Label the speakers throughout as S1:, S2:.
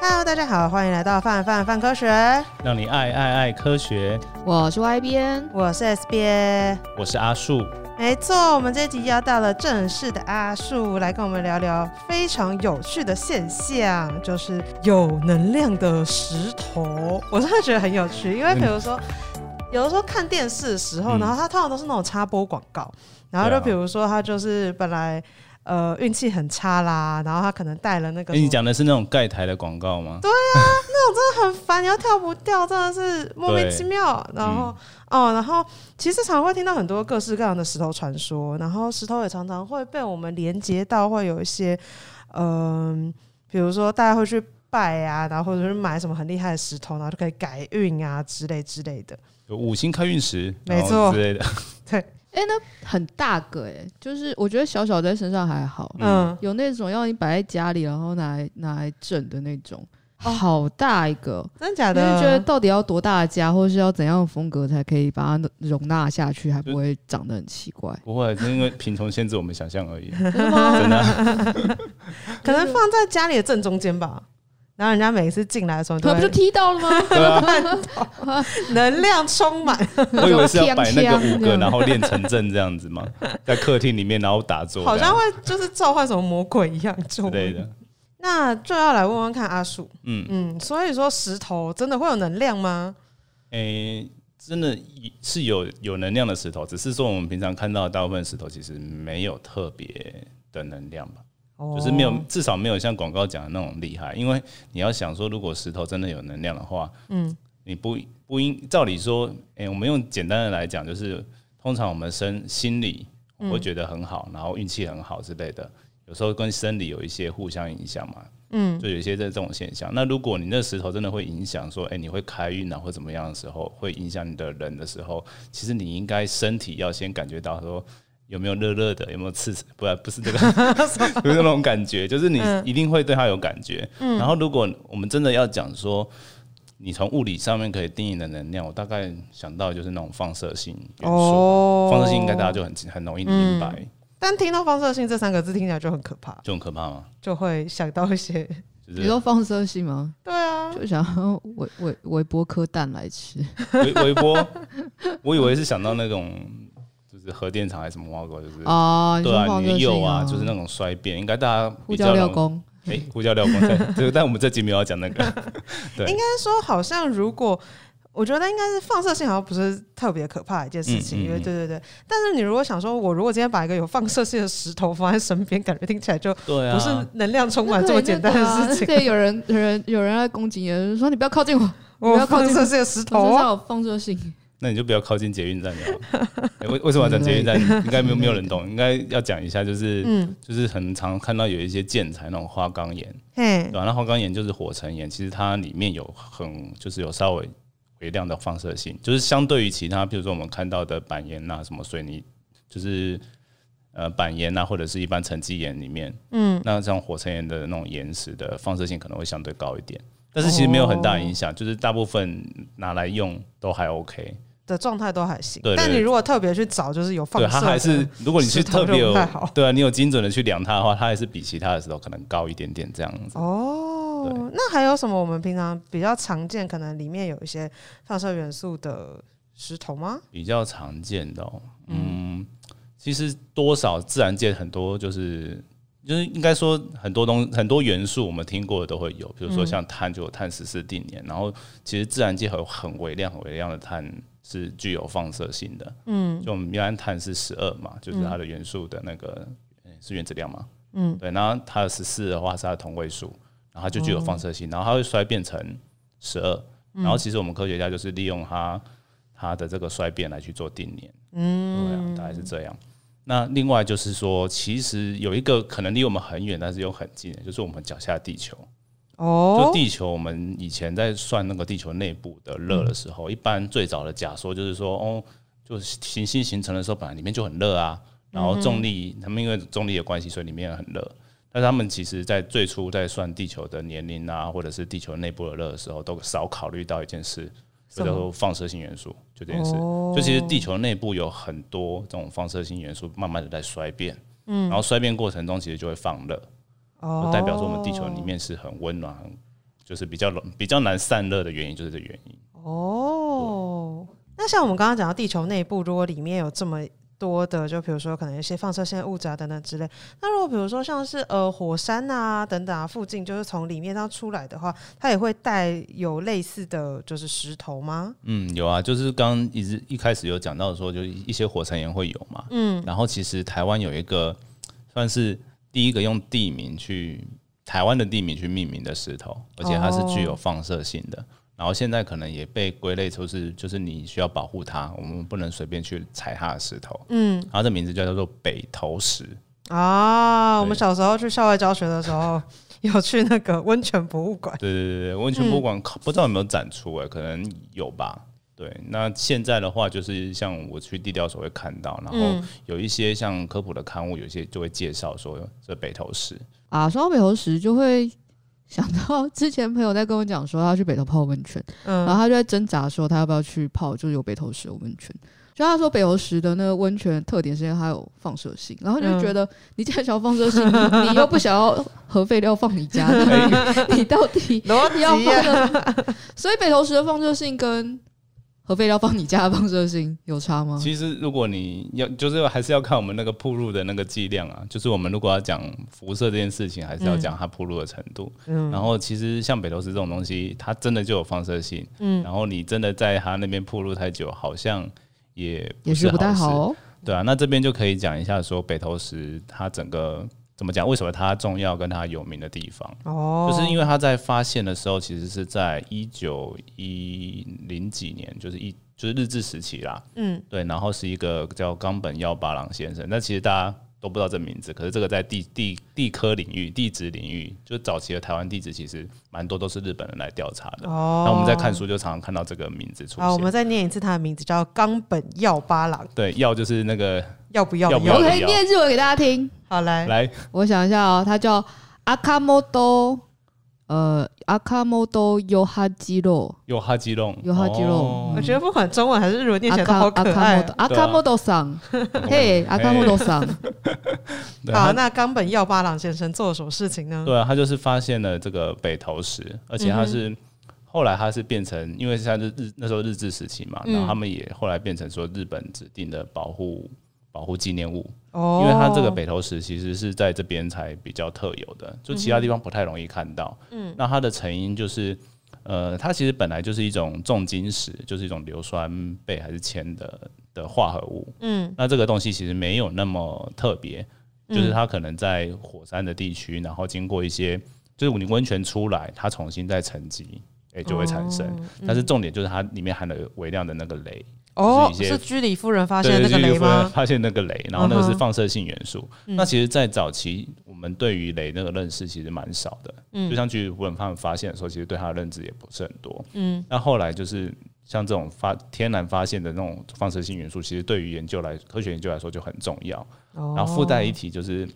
S1: Hello，大家好，欢迎来到范范范科学，
S2: 让你爱爱爱科学。
S3: 我是 Y 边，
S1: 我是 S B。
S2: 我是阿树，
S1: 没错，我们这集邀到了正式的阿树来跟我们聊聊非常有趣的现象，就是有能量的石头。我真的觉得很有趣，因为比如说，有的时候看电视的时候，
S2: 嗯
S1: 然后它通常都是那种插播广告，然后
S2: 对
S1: 就
S2: 啊
S1: 比如说他就是本来呃运气很差啦，然后他可能带了那个
S2: 哎、
S1: 什么
S2: 你讲的是那种盖台的广告吗？对，
S1: 很烦，你又跳不掉，真的是莫名其妙。然
S2: 嗯
S1: 后、哦，然后其实常会听到很多各式各样的石头传说，然后石头也常常会被我们连接到，会有一些嗯、比如说大家会去拜啊，然后或者是买什么很厉害的石头，然后就可以改运啊之类之类的。
S2: 有五星开运石，
S1: 没错
S2: 然后之类的。，
S3: 哎、那很大个哎、就是我觉得小小在身上还好，
S1: 嗯，
S3: 有那种要你摆在家里，然后拿来拿来震的那种，好大一个，
S1: 真的哦假
S3: 就是觉得
S1: 的？
S3: 到底要多大的家，或是要怎样的风格才可以把它容纳下去，还不会长得很奇怪
S2: 不会，是因为贫穷限制我们想象 而已。
S3: 真的吗？
S2: 真的啊，
S1: 可能放在家里的正中间吧。然后人家每次进来的时候都
S3: 可不
S1: 会
S3: 就踢到 了吗？
S2: 对啊，
S1: 能量充 满，
S2: 我以为是要摆那个
S3: 锵锵
S2: 五
S3: 这
S2: 个，
S3: 样
S2: 然后练成阵这样 子嘛，在客厅里面然后打坐，
S1: 好像会就是召唤什么魔鬼一样，
S2: 啊之
S1: 就
S2: 类的。
S1: 那就要来问问看阿树，
S2: 嗯，
S1: 嗯，所以说石头真的会有能量吗？
S2: 哎、真的是有有能量的石头，只是说我们平常看到的大部分石头其实没有特别的能量吧。就是没有，
S1: 哦
S2: 至少没有像广告讲的那种厉害。因为你要想说，如果石头真的有能量的话，
S1: 嗯，
S2: 你不不应照理说，诶、我们用简单的来讲，就是通常我们生心理
S1: 嗯
S2: 会觉得很好，然后运气很好之类的，有时候跟生理有一些互相影响嘛，
S1: 嗯，
S2: 就有一些这这种现象。那如果你那石头真的会影响说，诶、你会开运啊，或怎么样的时候，会影响你的人的时候，其实你应该身体要先感觉到说。有没有热热的？有没有刺？不，不是这 个，有那种感觉，就是你
S1: 嗯
S2: 一定会对它有感觉。然后，如果我们真的要讲说，你从物理上面可以定义的能量，我大概想到就是那种放射性元素。
S1: 哦嗯
S2: 放射性应该大家就很很容易明白，
S1: 但听到放射性这三个字听起来就很可怕，
S2: 就很可怕吗？
S1: 就会想到一些，
S2: 就
S3: 你
S2: 是
S3: 说放射性吗？
S1: 对啊，
S3: 就想要微微微波颗蛋来吃，
S2: 微 微波，我以为是想到那种就是核电厂还是什么挖沟，就是、
S3: 啊，你
S2: 对
S3: 说
S2: 啊，
S3: 放
S2: 你
S3: 射
S2: 的
S3: 性
S2: 铀啊，就是那种衰变，应该大家
S3: 哦呼
S2: 比
S3: 叫
S2: 较
S3: 廖
S2: 容易。
S3: 工，
S2: 哎、呼叫廖工在，这个但我们这集没有要讲那个。 对
S1: 应该说好像如果。我觉得应该是放射性，好像不是特别可怕的一件事情，
S2: 嗯嗯
S1: 因为
S2: 嗯
S1: 对对对。但是你如果想说，我如果今天把一个有放射性的石头放在身边，感觉听起来就
S2: 对啊，
S1: 不是能量充满
S3: 那
S1: 这
S3: 可以
S1: 么简单
S3: 那个啊
S1: 的事情。
S3: 对，有人有人有人在攻击你，有人说你不要靠近我，
S1: 我
S3: 不要靠
S1: 哦放
S3: 近
S1: 射性的 石
S3: 我
S1: 头
S3: 身
S1: 啊，
S3: 上有放射性。
S2: 那你就不要靠近捷运站了。 哎为、为什么要讲捷运站？应该没有没有人懂，应该要讲一下，就是、
S1: 嗯，
S2: 就是很常看到有一些建材那种花岗岩，
S1: 嘿
S2: 对，啊吧、那花岗岩就是火成岩，其实它里面有很就是有稍微微量的放射性，就是相对于其他，比如说我们看到的板岩呐、什么水泥，就是呃板岩呐、或者是一般沉积岩里面，
S1: 嗯，
S2: 那像火成岩的那种岩石的放射性可能会相对高一点，但是其实没有很大影
S1: 哦
S2: 响，就是大部分拿来用都还 OK。
S1: 的状态都还行
S2: 对。对
S1: 但你
S2: 对
S1: 如果特别去找，就是有放
S2: 对，
S1: 射的，
S2: 它还是如果你
S1: 石
S2: 是
S1: 头
S2: 特
S1: 就
S2: 别
S1: 不
S2: 有
S1: 太好
S2: 对啊，你有精准的去量它的话，它还是比其他的石头可能高一点点这样子。
S1: 哦，那还有什么我们平常比较常见，可能里面有一些放射元素的石头吗？
S2: 比较常见的、哦，嗯，其实多少自然界很多就是就是应该说很多东很多元素我们听过的都会有，比如说像碳就有碳十四定年，然后其实自然界还有很微量很微量的碳是具有放射性的，嗯，就我们一般碳是十二嘛，就是它的元素的那个、诶是原子量嘛，嗯，对，然后它的十四的话是它的同位素，然后它就具有放射性，然后它会衰变成十二，然后其实我们科学家就是利用它它的这个衰变来去做定年，嗯，对啊，大概是这样。那另外就是说，其实有一个可能离我们很远，但是又很近的，就是我们脚下的地球。就
S1: 哦，
S2: 地球，我们以前在算那个地球内部的热的时
S1: 嗯
S2: 候，一般最早的假说就是说，哦，就是行星形成的时候，本来里面就很热啊，然后重力，他们因为重力的关系，所以里面很热。但是他们其实在最初在算地球的年龄啊，或者是地球内部的热的时候，都少考虑到一件事，就叫
S1: 什哦
S2: 做放射性元素，就这件事。就其实地球内部有很多这种放射性元素，慢慢的在衰变，嗯，然
S1: 哦
S2: 哦后衰变过程中其实就会放热，就代表说我们地球里面是很温暖、很就是比较容比较难散热的原因就是这原因。
S1: 哦，那像我们刚刚讲到地球内部，如果里面有这么多的，就比如说可能一些放射线物质啊等等之类，那如果比如说像是呃火山啊等等啊附近，就是从里面这样出来的话，它也会带有类似的就是石头吗？
S2: 嗯，有啊，就是刚一直一开始有讲到说，就是一些火山岩会有嘛。嗯，然后其实台湾有一个算是第一个用地名去台湾的地名去命名的石头，而且它是具有放射性的。然后现在可能也被归类出是，就是你需要保护它，我们不能随便去踩它的石头。嗯，然后这名字就叫做北投石。
S1: 啊，我们
S2: 对
S1: 小时候去校外教学的时候， 有去那个温泉博物馆。
S2: 对对对对，温泉博物馆、靠不知道有没有展出哎、可能有吧。对，那现在的话就是像我去地调所会看到，然后有一些像科普的刊物，有一些就会介绍说这北投石。
S3: 啊，说到北投石，就会想到之前朋友在跟我讲说，他去北投泡温泉，然
S2: 啊
S1: 嗯
S3: 后他就在挣扎说，他要不要去泡，就是有北投石的温泉。就他说北投石的那个温泉的特点是因为它有放射性，然后就
S1: 嗯
S3: 觉得你既然想要放射性，你你 又不想要核废料放你家，那 你你到底
S1: 逻
S3: 要
S1: 辑
S3: 放
S1: 啊
S3: 射？所以北投石的放射性跟核废料放你家的放射性有差吗？
S2: 其实如果你要，就是还是要看我们那个铺路的那个剂量啊。就是我们如果要讲辐射这件事情，还是要讲它铺路的程度。
S1: 嗯
S2: 然后其实像北投石这种东西，它真的就有放射性。嗯，然后你真的在它那边铺路太久，好像也
S3: 也
S2: 是
S3: 是不太
S2: 好
S3: 好
S2: 事。
S3: 哦。
S2: 对啊，那这边就可以讲一下说北投石它整个怎么讲，为什么它重要跟它有名的地方，
S1: 哦，
S2: 就是因为它在发现的时候其实是在一九一零几年，就是一就是日治时期啦，
S1: 嗯，
S2: 对，然后是一个叫冈本耀八郎先生，那其实大家。都不知道这名字，可是这个在地地地科领域、地质领域，就早期的台湾地质，其实蛮多都是日本人来调查的。
S1: 哦，
S2: 那我们在看书就常常看到这个名字出
S1: 好，我们
S2: 现。
S1: 再念一次他的名字，叫冈本耀八郎，
S2: 对，耀就是那个
S1: 要不要？
S2: 要不
S3: 我
S2: 要
S3: 可以念日文给大家听。
S1: 好来，
S2: 来
S3: 我想一下哦，他叫阿卡莫多，呃，阿卡莫多尤哈基洛，
S2: 有哈基隆，
S3: 有哈基隆
S2: 哦
S1: 我觉得不管中文还是日文念
S3: 阿
S1: 起来都
S3: 卡
S1: 好
S3: 阿
S1: 可
S3: 卡
S1: 爱
S3: 莫多
S1: 哦。
S3: 阿卡莫多桑，
S2: 啊
S3: 嘿，
S2: 哎
S3: 阿卡莫多桑，
S2: 对
S1: 好，
S2: 哎他
S1: 那冈本耀八郎先生做了什么事情呢？
S2: 对啊，他就是发现了这个北投石，而且他
S3: 嗯
S2: 是、后来他是变成，因为是在日日那时候日治时期
S3: 嗯
S2: 嘛，然后他们也后来变成说日本指定的保护保护纪念物，
S1: 哦，
S2: 因为它这个北投石其实是在这边才比较特有的，就其他地方不太容易看到。嗯，那它的成因就是，呃，它其实本来就是一种重金属，就是一种硫酸钡还是铅的的化合物。嗯，那这个东西其实没有那么特别，就是它可能在火山的地区，然后经过一些，就是你温泉出来，它重新再沉积。哎、就会产生，但是重点就是它里面含了微量的那个镭，
S1: 哦，
S2: 就是一些
S1: 是居里夫人发
S2: 对，
S1: 现那个
S2: 就是
S1: 雷
S2: 有发
S1: 吗？
S2: 发现那个雷，然后那个
S1: 嗯
S2: 是
S1: 哼嗯
S2: 放射性元素。那其实，在早期我们对于雷那个认识其实蛮少的，
S1: 嗯
S2: 就像居里夫人他们发现的时候，其实对它的认知也不是很多。嗯，那后来就是像这种发天然发现的那种放射性元素，其实对于研究来科学研究来说就很重要。
S1: 哦
S2: 然后附带一提就是，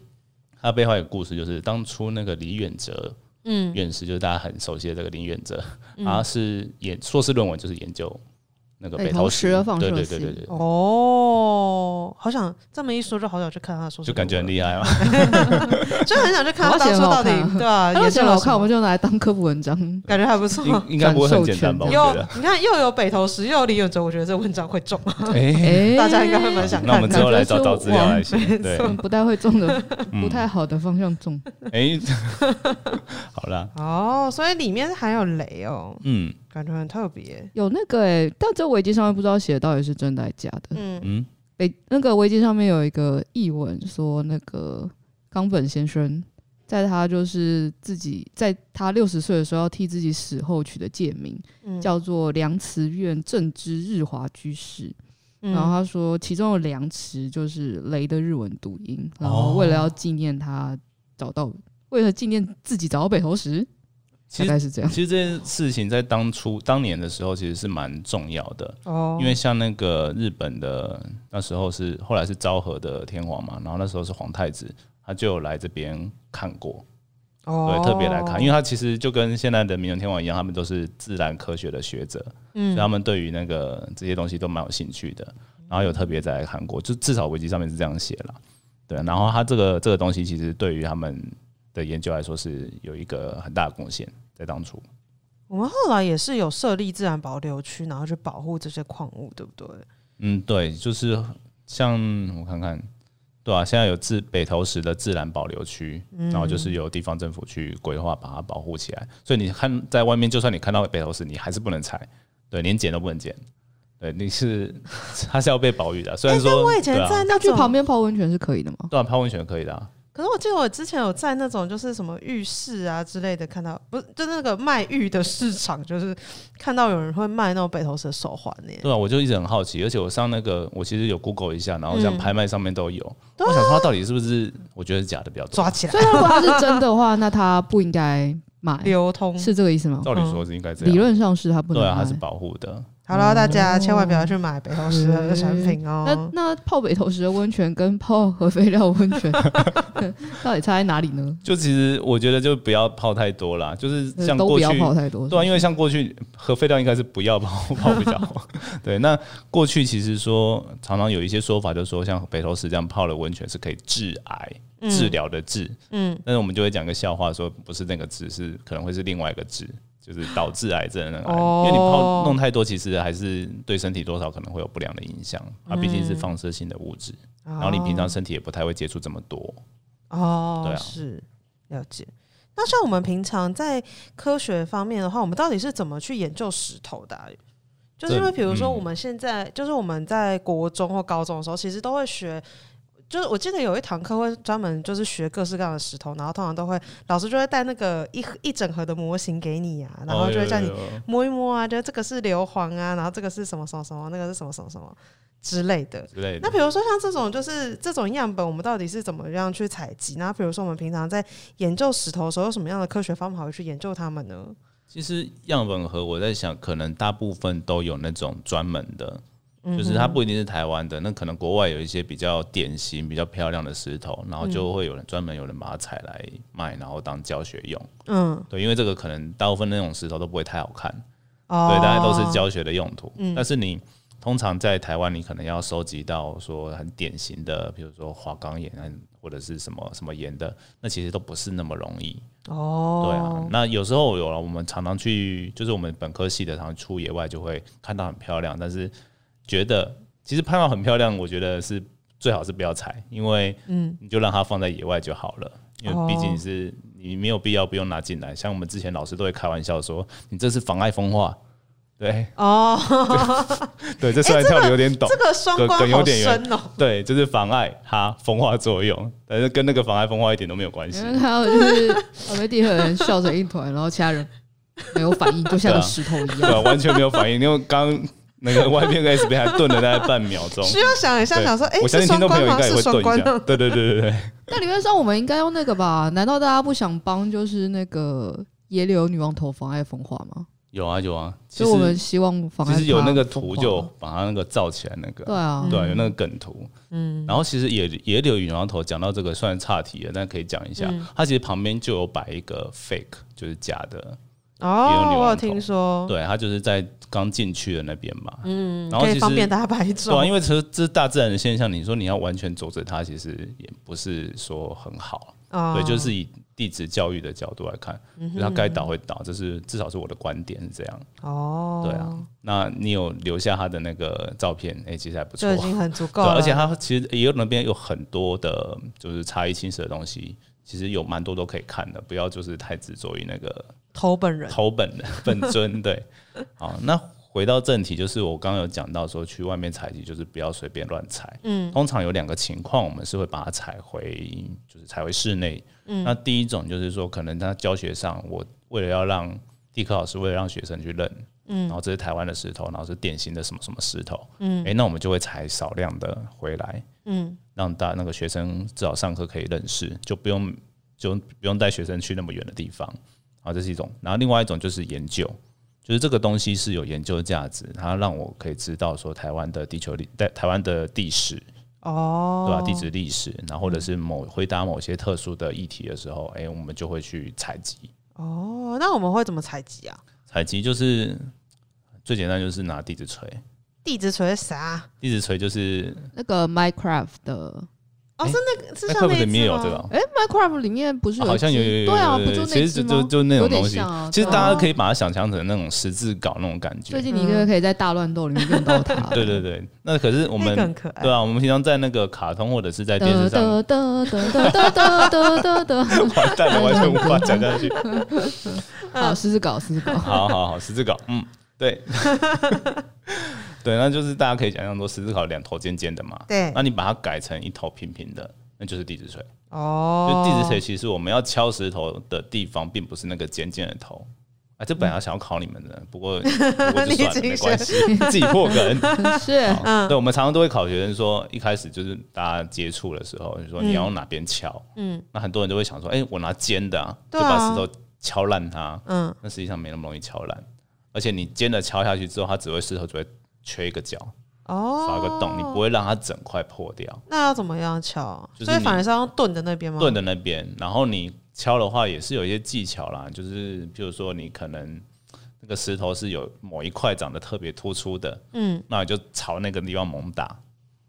S2: 它背后有个故事，就是当初那个李远哲。嗯，院士就是大家很熟悉的这个李远哲，
S1: 嗯
S2: 然后是研硕士论文就是研究那个
S3: 北
S2: 北
S3: 投
S2: 投
S3: 石的放
S2: 对
S3: 射
S2: 对对对
S3: 性
S2: 对，
S1: 哦，好想这么一说，就好想去看他说什么，
S2: 就感觉很厉害啊。
S1: 害，就很想去看他
S3: 我要
S1: 当
S3: 写
S1: 初
S3: 很好
S1: 到底
S3: 看啊
S1: 对 啊，
S3: 他们
S1: 研究
S3: 写
S1: 了
S3: 好
S1: 什
S3: 看，我
S1: 么
S3: 们就拿来当科普文章。
S1: 感觉还不错。
S2: 应应该不会很简单嗯吧？我觉
S1: 有
S2: 得，，
S1: 你看 又有北投石，又有李远哲，我觉得这文章会中，
S2: 哎，
S3: 哎
S1: 大家应该会蛮想看的。
S2: 那我们之后来找找资料来写。对，
S3: 嗯不太会中的，不太好的方向中。
S2: 哎，好啦，
S1: 哦，所以里面还有雷哦，
S2: 嗯
S1: 感觉很特别。
S3: 有那个哎，但这维基上面不知道写的到底是真的还是假的。
S1: 嗯，
S2: 嗯，
S3: 北那个维基上面有一个译文说，那个冈本先生在他就是自己在他六十岁的时候要替自己死后取的戒名，
S1: 嗯
S3: 叫做良池院正之日华居士。
S1: 嗯
S3: 然后他说，其中的良池就是雷的日文读音，然
S2: 哦
S3: 后为了要纪念他找到，为了纪念自己找到北投石，
S2: 其
S3: 大
S2: 实
S3: 概是这样。
S2: 其实这件事情在当初当年的时候，其实是蛮重要的，
S1: 哦，
S2: 因为像那个日本的那时候是后来是昭和的天皇嘛，然后那时候是皇太子，他就有来这边看过，
S1: 哦
S2: 对，特别来看，因为他其实就跟现在的明仁天皇一样，他们都是自然科学的学者，所以他们对于那个这些东西都蛮有兴趣的，然后有特别在来韩国，就至少维基上面是这样写了，对。然后他这个这个东西其实对于他们的研究来说是有一个很大的贡献，在当初，
S1: 我们后来也是有设立自然保留区，然后去保护这些矿物，对不对？
S2: 嗯，对，就是像我看看，对啊，现在有自北投石的自然保留区，
S3: 嗯
S2: 然后就是由地方政府去规划把它保护起来。所以你看，在外面就算你看到北投石，你还是不能踩，对，连捡都不能捡。对，你是它是要被保育的啊。虽然
S3: 哎
S1: 但
S2: 说，
S1: 我以前
S2: 对啊
S1: 在那
S3: 那去
S1: 种
S3: 旁边泡温泉是可以的 吗？
S2: 对啊，泡温泉可以的啊。
S1: 可是我记得我之前有在那种就是什么浴室啊之类的看到，不是就那个卖玉的市场，就是看到有人会卖那种北投石的手环呢、
S2: 对啊，我就一直很好奇，而且我上那个，我其实有 Google 一下，然后像
S1: 嗯
S2: 拍卖上面都有。
S3: 啊
S1: 对
S2: 我想说，它到底是不是？我觉得是假的比较多。
S1: 抓起来
S3: 所以如果它是真的话，那它不应该买，
S1: 流通。
S3: 是这个意思吗？
S2: 照理说是应啊该这
S3: 嗯理
S2: 样，
S3: 论上是它不能
S2: 对啊，
S3: 买。
S2: 它是保护的。
S1: 好了，大家
S3: 哦
S1: 千万不要去买北投石的产品
S3: 那
S1: 哦。
S3: 那泡北投石的温泉跟泡合肥料温泉 到底差在哪里呢？
S2: 就其实我觉得就不要泡太多啦，就是
S1: 嗯
S2: 像
S3: 都
S2: 过
S3: 不
S2: 去
S3: 要泡太多。
S2: 对啊，因为像过去核废料应该是不要泡泡比 较好。对，那过去其实说常常有一些说法，就是说像北投石这样泡了温泉是可以治癌、治疗的治。
S1: 嗯，
S2: 但是我们就会讲个笑话，说不是那个治，是可能会是另外一个治，就是导致癌症的那个癌。
S1: 哦
S2: 因为你泡弄太多，其实还是对身体多少可能会有不良的影响。它毕
S1: 嗯
S2: 竟是放射性的物质，
S1: 然
S2: 然后你平常身体也不太会接触这么多。
S1: 哦，
S2: 对啊
S1: 是了解。那像我们平常在科学方面的话，我们到底是怎么去研究石头的啊、就是因为
S2: 这
S1: 比如说
S2: 嗯
S1: 我们现在，就是我们在国中或高中的时候，其实都会学。就是我记得有一堂课会专门就是学各式各样的石头，然后通常都会老师就会带那个一盒一整盒的模型给你呀、啊，然后就会叫你
S2: 哦有有有
S1: 摸一摸啊，觉得这个是硫磺啊，然后这个是什么什么什么，那个是什么什么什么之类的。
S2: 之类的
S1: 那。比如说像这种，就是这种样本，我们到底是怎么样去采集？那比如说我们平常在研究石头的时候，有什么样的科学方法会去研究它们呢？
S2: 其实样本盒，我在想，可能大部分都有那种专门的，就是它不一定是台湾的，那可能国外有一些比较典型、比较漂亮的石头，然后就会有人专门有人把它采来卖，然后当教学用。
S1: 嗯，
S2: 对，因为这个可能大部分那种石头都不会太好看，
S1: 哦，嗯
S2: 对，大家都是教学的用途。但是你通常在台湾，你可能要收集到说很典型的，比如说花岗岩啊或者是什么什么岩的，那其实都不是那么容易。
S1: 哦，
S2: 对啊，那有时候有了，我们常常去，就是我们本科系的，常常出野外就会看到很漂亮，但是觉得其实看到很漂亮，我觉得是最好是不要采，因为嗯，你就让它放在野外就好了，因
S1: 哦
S2: 为毕竟是你没有必要不用拿进来。像我们之前老师都会开玩笑说，你这是妨碍风化。对
S1: 哦，
S2: 对，这虽然跳的有点懂，
S1: 哎这个双
S2: 梗
S1: 关
S2: 梗有
S1: 好
S2: 点圆
S1: 深哦。
S2: 对，就是妨碍它风化作用，但是跟那个妨碍风化一点都没有关系
S1: 嗯
S3: 因。为还有就是旁边地和人笑成一团，然后其他人没有反应，就像个石头一
S2: 对啊、
S3: 样。
S2: 完全没有反应。因为刚那个外面跟 S B 还顿了大概半秒钟。
S1: 需要想一下，
S2: 对
S1: 想说，哎、
S2: 我相
S1: 是
S2: 信
S1: 双
S2: 听众
S1: 关
S2: 朋友应
S1: 吗？
S2: 该也
S1: 是
S2: 会
S1: 双
S2: 顿
S1: 关
S2: 一下。
S1: 吗？
S2: 对对对对对，
S3: 那理论上我们应该用那个吧？难道大家不想帮就是那个野柳女王头妨碍风化吗？
S2: 有啊有啊。其
S3: 所以我们
S2: 实
S3: 希望妨碍
S2: 其实有那个图
S3: 它
S2: 就
S3: 风化
S2: 把它那个造起来那个。
S3: 啊对啊，
S2: 对啊，有那个梗图，嗯，然后其实野野柳羽毛头讲到这个算岔题了，但可以讲一下，
S1: 嗯
S2: 它其实旁边就有摆一个 fake，就是假的，也有
S1: 哦，
S2: 女王
S1: 我有
S2: 头
S1: 听说，
S2: 对，它就是在刚进去的那边嘛，嗯，然后
S1: 可
S2: 其
S1: 以
S2: 实
S1: 方便大家拍
S2: 对
S1: 照。
S2: 啊，因为其实这是大自然的现象，你说你要完全阻止它，其实也不是说很好，
S1: 哦嗯
S2: 对，就是以地质教育的角度来看，就是它该倒会倒，这是至少是我的观点是这样。
S1: 哦，
S2: 对啊，，那你有留下它的那个照片，哎、其实还不错
S1: 就已。经很足够
S2: 对，
S1: 了。
S2: 而且它其实也有那边有很多的，就是差异侵蚀的东西，其实有蛮多都可以看的，不要就是太执着于那个
S1: 头本人，
S2: 头本的本尊。对， 好，那回到正题，就是我刚刚有讲到说，去外面采集就是不要随便乱采。嗯，通常有两个情况，我们是会把它采回，就是采回室内。嗯，那第一种就是说，可能它教学上，我为了要让地科老师为了让学生去认。嗯，然后这是台湾的石头，然后是典型的什么什么石头，嗯，哎，那我们就会采少量的回来，嗯，让大那个学生至少上课可以认识，就不用就不用带学生去那么远的地方。啊，这是一种。然后另外一种就是研究，就是这个东西是有研究价值，它让我可以知道说台湾的地球历，在台湾的地史，
S1: 哦，
S2: 对吧、地质历史，然后或者是某回答某些特殊的议题的时候，哎、我们就会去采集。
S1: 哦，那我们会怎么采集啊？
S2: 采集就是最简单，就是拿地质锤。
S1: 地质锤是啥？
S2: 地质锤就是
S3: 那个 Minecraft 的
S1: 哦哦，是那个是像那
S2: ，Minecraft
S1: 一
S2: 里面
S1: 只
S2: 有
S1: 吗
S2: 这个。哦
S3: 哎，Minecraft 里面不是有一
S2: 好像
S3: 只
S2: 有有有
S3: 对啊，
S2: 有有
S3: 不就
S2: 有
S3: 那
S2: 其
S3: 只
S2: 实
S3: 吗
S2: 就就那
S3: 有
S2: 种
S3: 点
S2: 东西
S3: 像啊，
S2: 其实
S3: 对啊
S2: 大家可以把它想象成那种十字镐那种感觉
S3: 最。近你真的可以在大乱斗里面用到它。
S2: 对对对，那可是我
S1: 那
S2: 们
S1: 个很可爱
S2: 对啊，我们平常在那个卡通或者是在电视
S3: 得
S2: 上，
S3: 得 得得得得得得得，
S2: 完蛋了，完全无法讲下去。
S3: 好，试试搞，试试搞。
S2: 好好好，十字镐，嗯，对， 对，那就是大家可以想象说十字镐两头尖尖的嘛，
S1: 对
S2: 那你把它改成一头平平的，那就是地质锤。就
S1: 哦，
S2: 地质锤，其实我们要敲石头的地方，并不是那个尖尖的头。啊，这本
S1: 嗯
S2: 来想要考你们的，不 过不过就
S1: 你已
S2: 算了，
S1: 经
S2: 没关系，自己破梗。
S3: 是
S2: 好
S1: 嗯
S2: 对，我们常常都会考学生说，一开始就是大家接触的时候，就说你要用哪边敲，
S1: 嗯
S2: 那很多人都会想说，哎、我拿尖的啊，就
S1: 对啊
S2: 把石头敲烂它。
S1: 嗯，
S2: 那实际上没那么容易敲烂，而且你尖的敲下去之后，它只会石头只会缺一个角，
S1: 哦，
S2: 少一个洞，你不会让它整块破掉。
S1: 那要怎么样敲？
S2: 就是
S1: 所以
S2: 你
S1: 反而是要用钝的那边吗？
S2: 钝的那边，然后你敲的话也是有一些技巧啦，就是譬如说你可能那个石头是有某一块长得特别突出的，
S1: 嗯，
S2: 那你就朝那个地方猛打，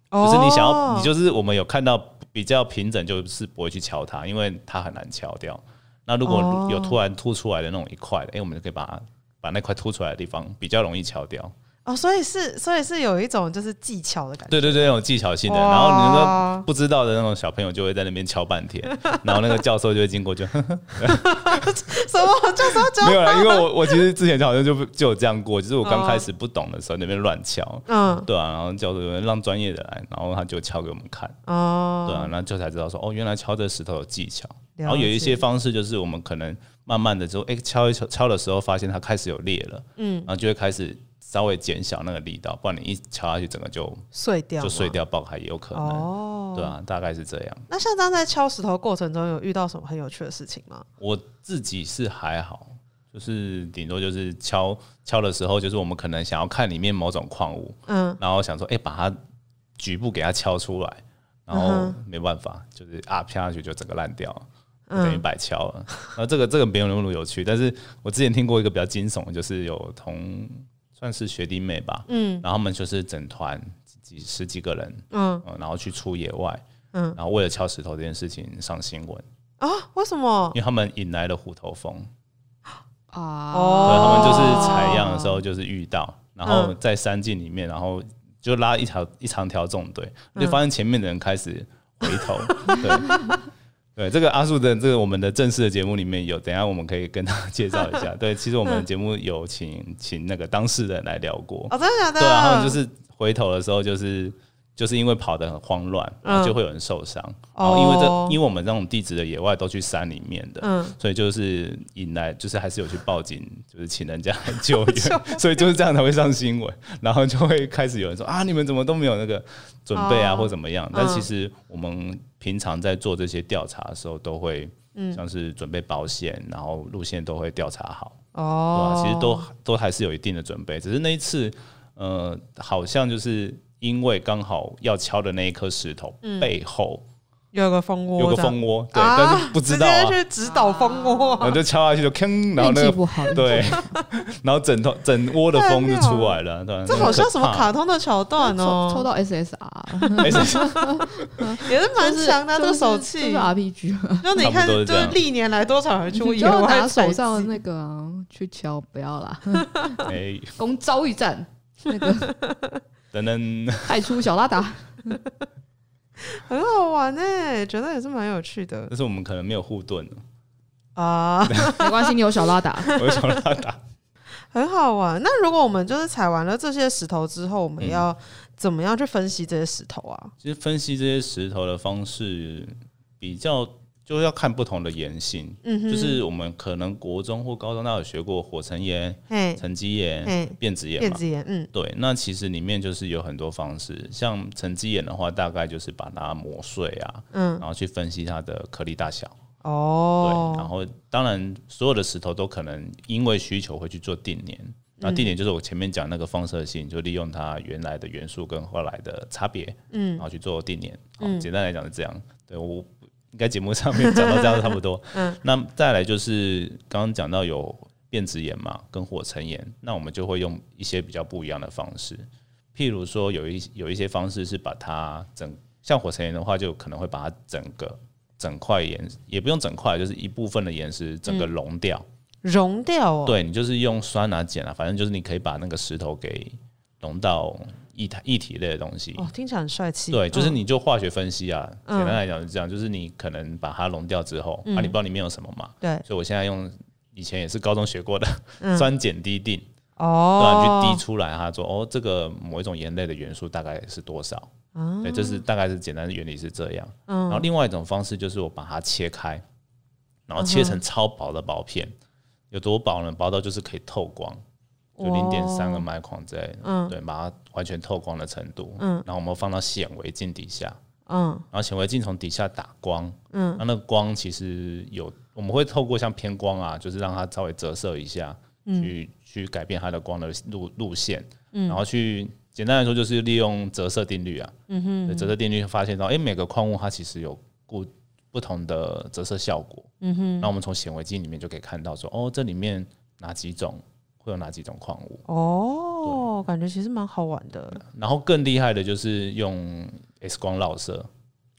S1: 哦，
S2: 就是你想要，你就是我们有看到比较平整，就是不会去敲它，因为它很难敲掉。那如
S1: 哦
S2: 果有突然凸出来的那种一块，哎、我们就可以把它把那块凸出来的地方比较容易敲掉。
S1: 哦，所以是所以是有一种就是技巧的感觉。
S2: 对对对，那种技巧性的，
S1: 哇
S2: 然后你那个不知道的那种小朋友就会在那边敲半天， 然后那个教授就会经过就
S1: 什么 就是要教
S2: 没有了，因为我我其实之前好像就就有这样过，就是我
S1: 哦
S2: 刚开始不懂的时候那边乱敲，
S1: 嗯
S2: 对啊，然后教授就让专业的来，然后他就敲给我们看，
S1: 哦，
S2: 对啊，然后就才知道说哦，原来敲这石头有技巧，
S1: 解
S2: 然后有一些方式就是我们可能慢慢的之后，哎、敲一敲敲的时候发现它开始有裂了，嗯，然后就会开始稍微减小那个力道，不然你一敲下去整个就
S1: 碎掉
S2: 就碎
S1: 嘛
S2: 掉爆开也有可能，
S1: 哦，
S2: 对。啊，大概是这样。
S1: 那像这样在敲石头过程中有遇到什么很有趣的事情吗？
S2: 我自己是还好，就是顶多就是敲敲的时候，就是我们可能想要看里面某种矿物，
S1: 嗯，
S2: 然后想说，哎、把它局部给它敲出来，然后
S1: 嗯
S2: 没办法，就是啊啪下去就整个烂掉了。就
S1: 嗯
S2: 等于白敲了，然后这个这个没有那么有趣，但是我之前听过一个比较惊悚的，就是有同算是学弟妹吧，嗯，然后他们就是整团几十几个人，
S1: 嗯
S2: 嗯，然后去出野外，
S1: 嗯
S2: 嗯，哦然后为了敲石头这件事情上新闻，
S1: 啊，为什么
S2: 因？为他们引来了虎头蜂，
S3: 啊，
S1: 哦嗯
S2: 对，他们就是采样的时候就是遇到，然后在山径里面，然后就拉一条一长条纵队，
S1: 嗯
S2: 就发现前面的人开始回 头。对，对，这个阿树的这个我们的正式的节目里面有，等一下我们可以跟他介绍一 下。对，其实我们节目有请请那个当事人来聊过，
S1: 哦，真的假的？
S2: 对啊，他们就是回头的时候就是。就是因为跑得很慌乱，然后就会有人受伤。然后因为这，
S1: 嗯哦
S2: 因为我们这种地质的野外都去山里面的，
S1: 嗯，
S2: 所以就是引来，就是还是有去报警，就是请人家来救 援，所以就是这样才会上新闻，然后就会开始有人说啊，你们怎么都没有那个准备啊，
S1: 哦
S2: 或怎么样？但其实我们平常在做这些调查的时候，都会
S1: 嗯
S2: 像是准备保险，然后路线都会调查好，对吧、
S1: 哦，
S2: 其实都都还是有一定的准备，只是那一次，呃，好像就是因为刚好要敲的那一颗石头
S1: 嗯
S2: 背后
S1: 有个蜂窝，
S2: 有个蜂，窝，对，但是不知道
S1: 直
S2: 啊。呃
S1: 接去指导蜂窝
S2: 然后
S1: 啊，
S2: 就敲下去就铿，然后那
S3: 运气
S2: 个
S3: 不好，
S2: 对，然后整头整窝的风就出来了，对吧，啊
S1: 这
S2: 那
S1: 好像
S2: 可
S1: 什么
S2: 怕
S1: 卡通的桥段哦
S3: 抽，抽到 SSR，
S2: 哎是
S1: 也是蛮
S3: 就是
S1: 强的啊这
S3: 就
S1: 个
S3: 是
S1: 手
S3: 就
S1: 气
S3: 是。RPG，
S1: 就你看，
S2: 差不多
S1: 就
S2: 是这样
S1: 是历年来多少人去
S3: 就
S1: 野外
S3: 拿
S1: 采
S3: 手上的
S1: 集
S3: 那个啊去敲，不要啦，
S2: 哎，
S3: 攻遭遇战，那个
S2: 等等，
S3: 派出小拉达，
S1: 很好玩哎、觉得也是蛮有趣的
S2: 但是我们可能没有护盾，
S1: 啊，
S3: 没关系，你有小拉达，
S2: 我就想让他打。
S1: 很好玩。那如果我们就是采完了这些石头之后，我
S2: 嗯
S1: 们要怎么样去分析这些石头啊？
S2: 其实分析这些石头的方式比较，就要看不同的岩性，
S1: 嗯哼，
S2: 就是我们可能国中或高中，大家有学过火成岩、
S1: 嘿，
S2: 沉积岩、
S1: 嘿，
S2: 变质岩
S1: 电
S2: 嘛。
S1: 子眼，嗯，
S2: 对，那其实里面就是有很多方式，像沉积岩的话，大概就是把它磨碎啊，
S1: 嗯
S2: 然后去分析它的颗粒大小。对，然
S1: 哦，
S2: 后当然所有的石头都可能因为需求会去做定年。那定年就是我前面讲那个放射性，就利用它原来的元素跟后来的差别，嗯，然后去做定年。好，简单来讲是这样。对我应该节目上面讲到这样差不多。 嗯，那再来就是刚刚讲到有变质岩嘛，跟火成岩，那我们就会用一些比较不一样的方式，譬如说有一有一些方式是把它整像火成岩的话，就可能会把它整个整块岩也不用整块，就是一部分的岩石整
S1: 嗯
S2: 个溶掉。
S1: 溶掉哦。，
S2: 对你就是用酸啊碱啊，反正就是你可以把那个石头给溶到液态液体类的东西。
S1: 哦，听起来很帅气。
S2: 对，就是
S1: 嗯
S2: 你就化学分析啊，
S1: 嗯
S2: 简单来讲是这样，就是你可能把它溶掉之后，
S1: 嗯
S2: 啊，你不知道里面有什么嘛，
S1: 对，
S2: 所以我现在用以前也是高中学过的
S1: 嗯
S2: 酸碱滴定，对啊，
S1: 哦，
S2: 你去滴出来，它说哦，这个某一种盐类的元素大概是多少？
S1: 啊
S2: 对，这是大概是简单的原理是这样。然后
S1: 嗯，
S2: 另外一种方式就是我把它切开，然后切成超薄的薄片，有多薄呢？薄到就是可以透光，就零点三个
S1: 哦，
S2: 麦克之类的，
S1: 嗯
S2: 对，把它完全透光的程度。
S1: 嗯
S2: 然后我们放到显微镜底下，
S1: 嗯
S2: 然后显微镜从底下打光，
S1: 嗯
S2: 那那个光其实有，我们会透过像偏光啊，就是让它稍微折射一下，
S1: 嗯
S2: 去去改变它的光的路路线，然后去简单来说就是利用折射定律啊，
S1: 嗯哼
S2: 对折射定律发现到，哎、每个矿物它其实有固不同的折射效果，
S1: 嗯哼，
S2: 那我们从显微镜里面就可以看到说，哦，这里面哪几种会有哪几种矿物，
S1: 哦，感觉其实蛮好玩的。
S2: 然后更厉害的就是用 X 光绕射，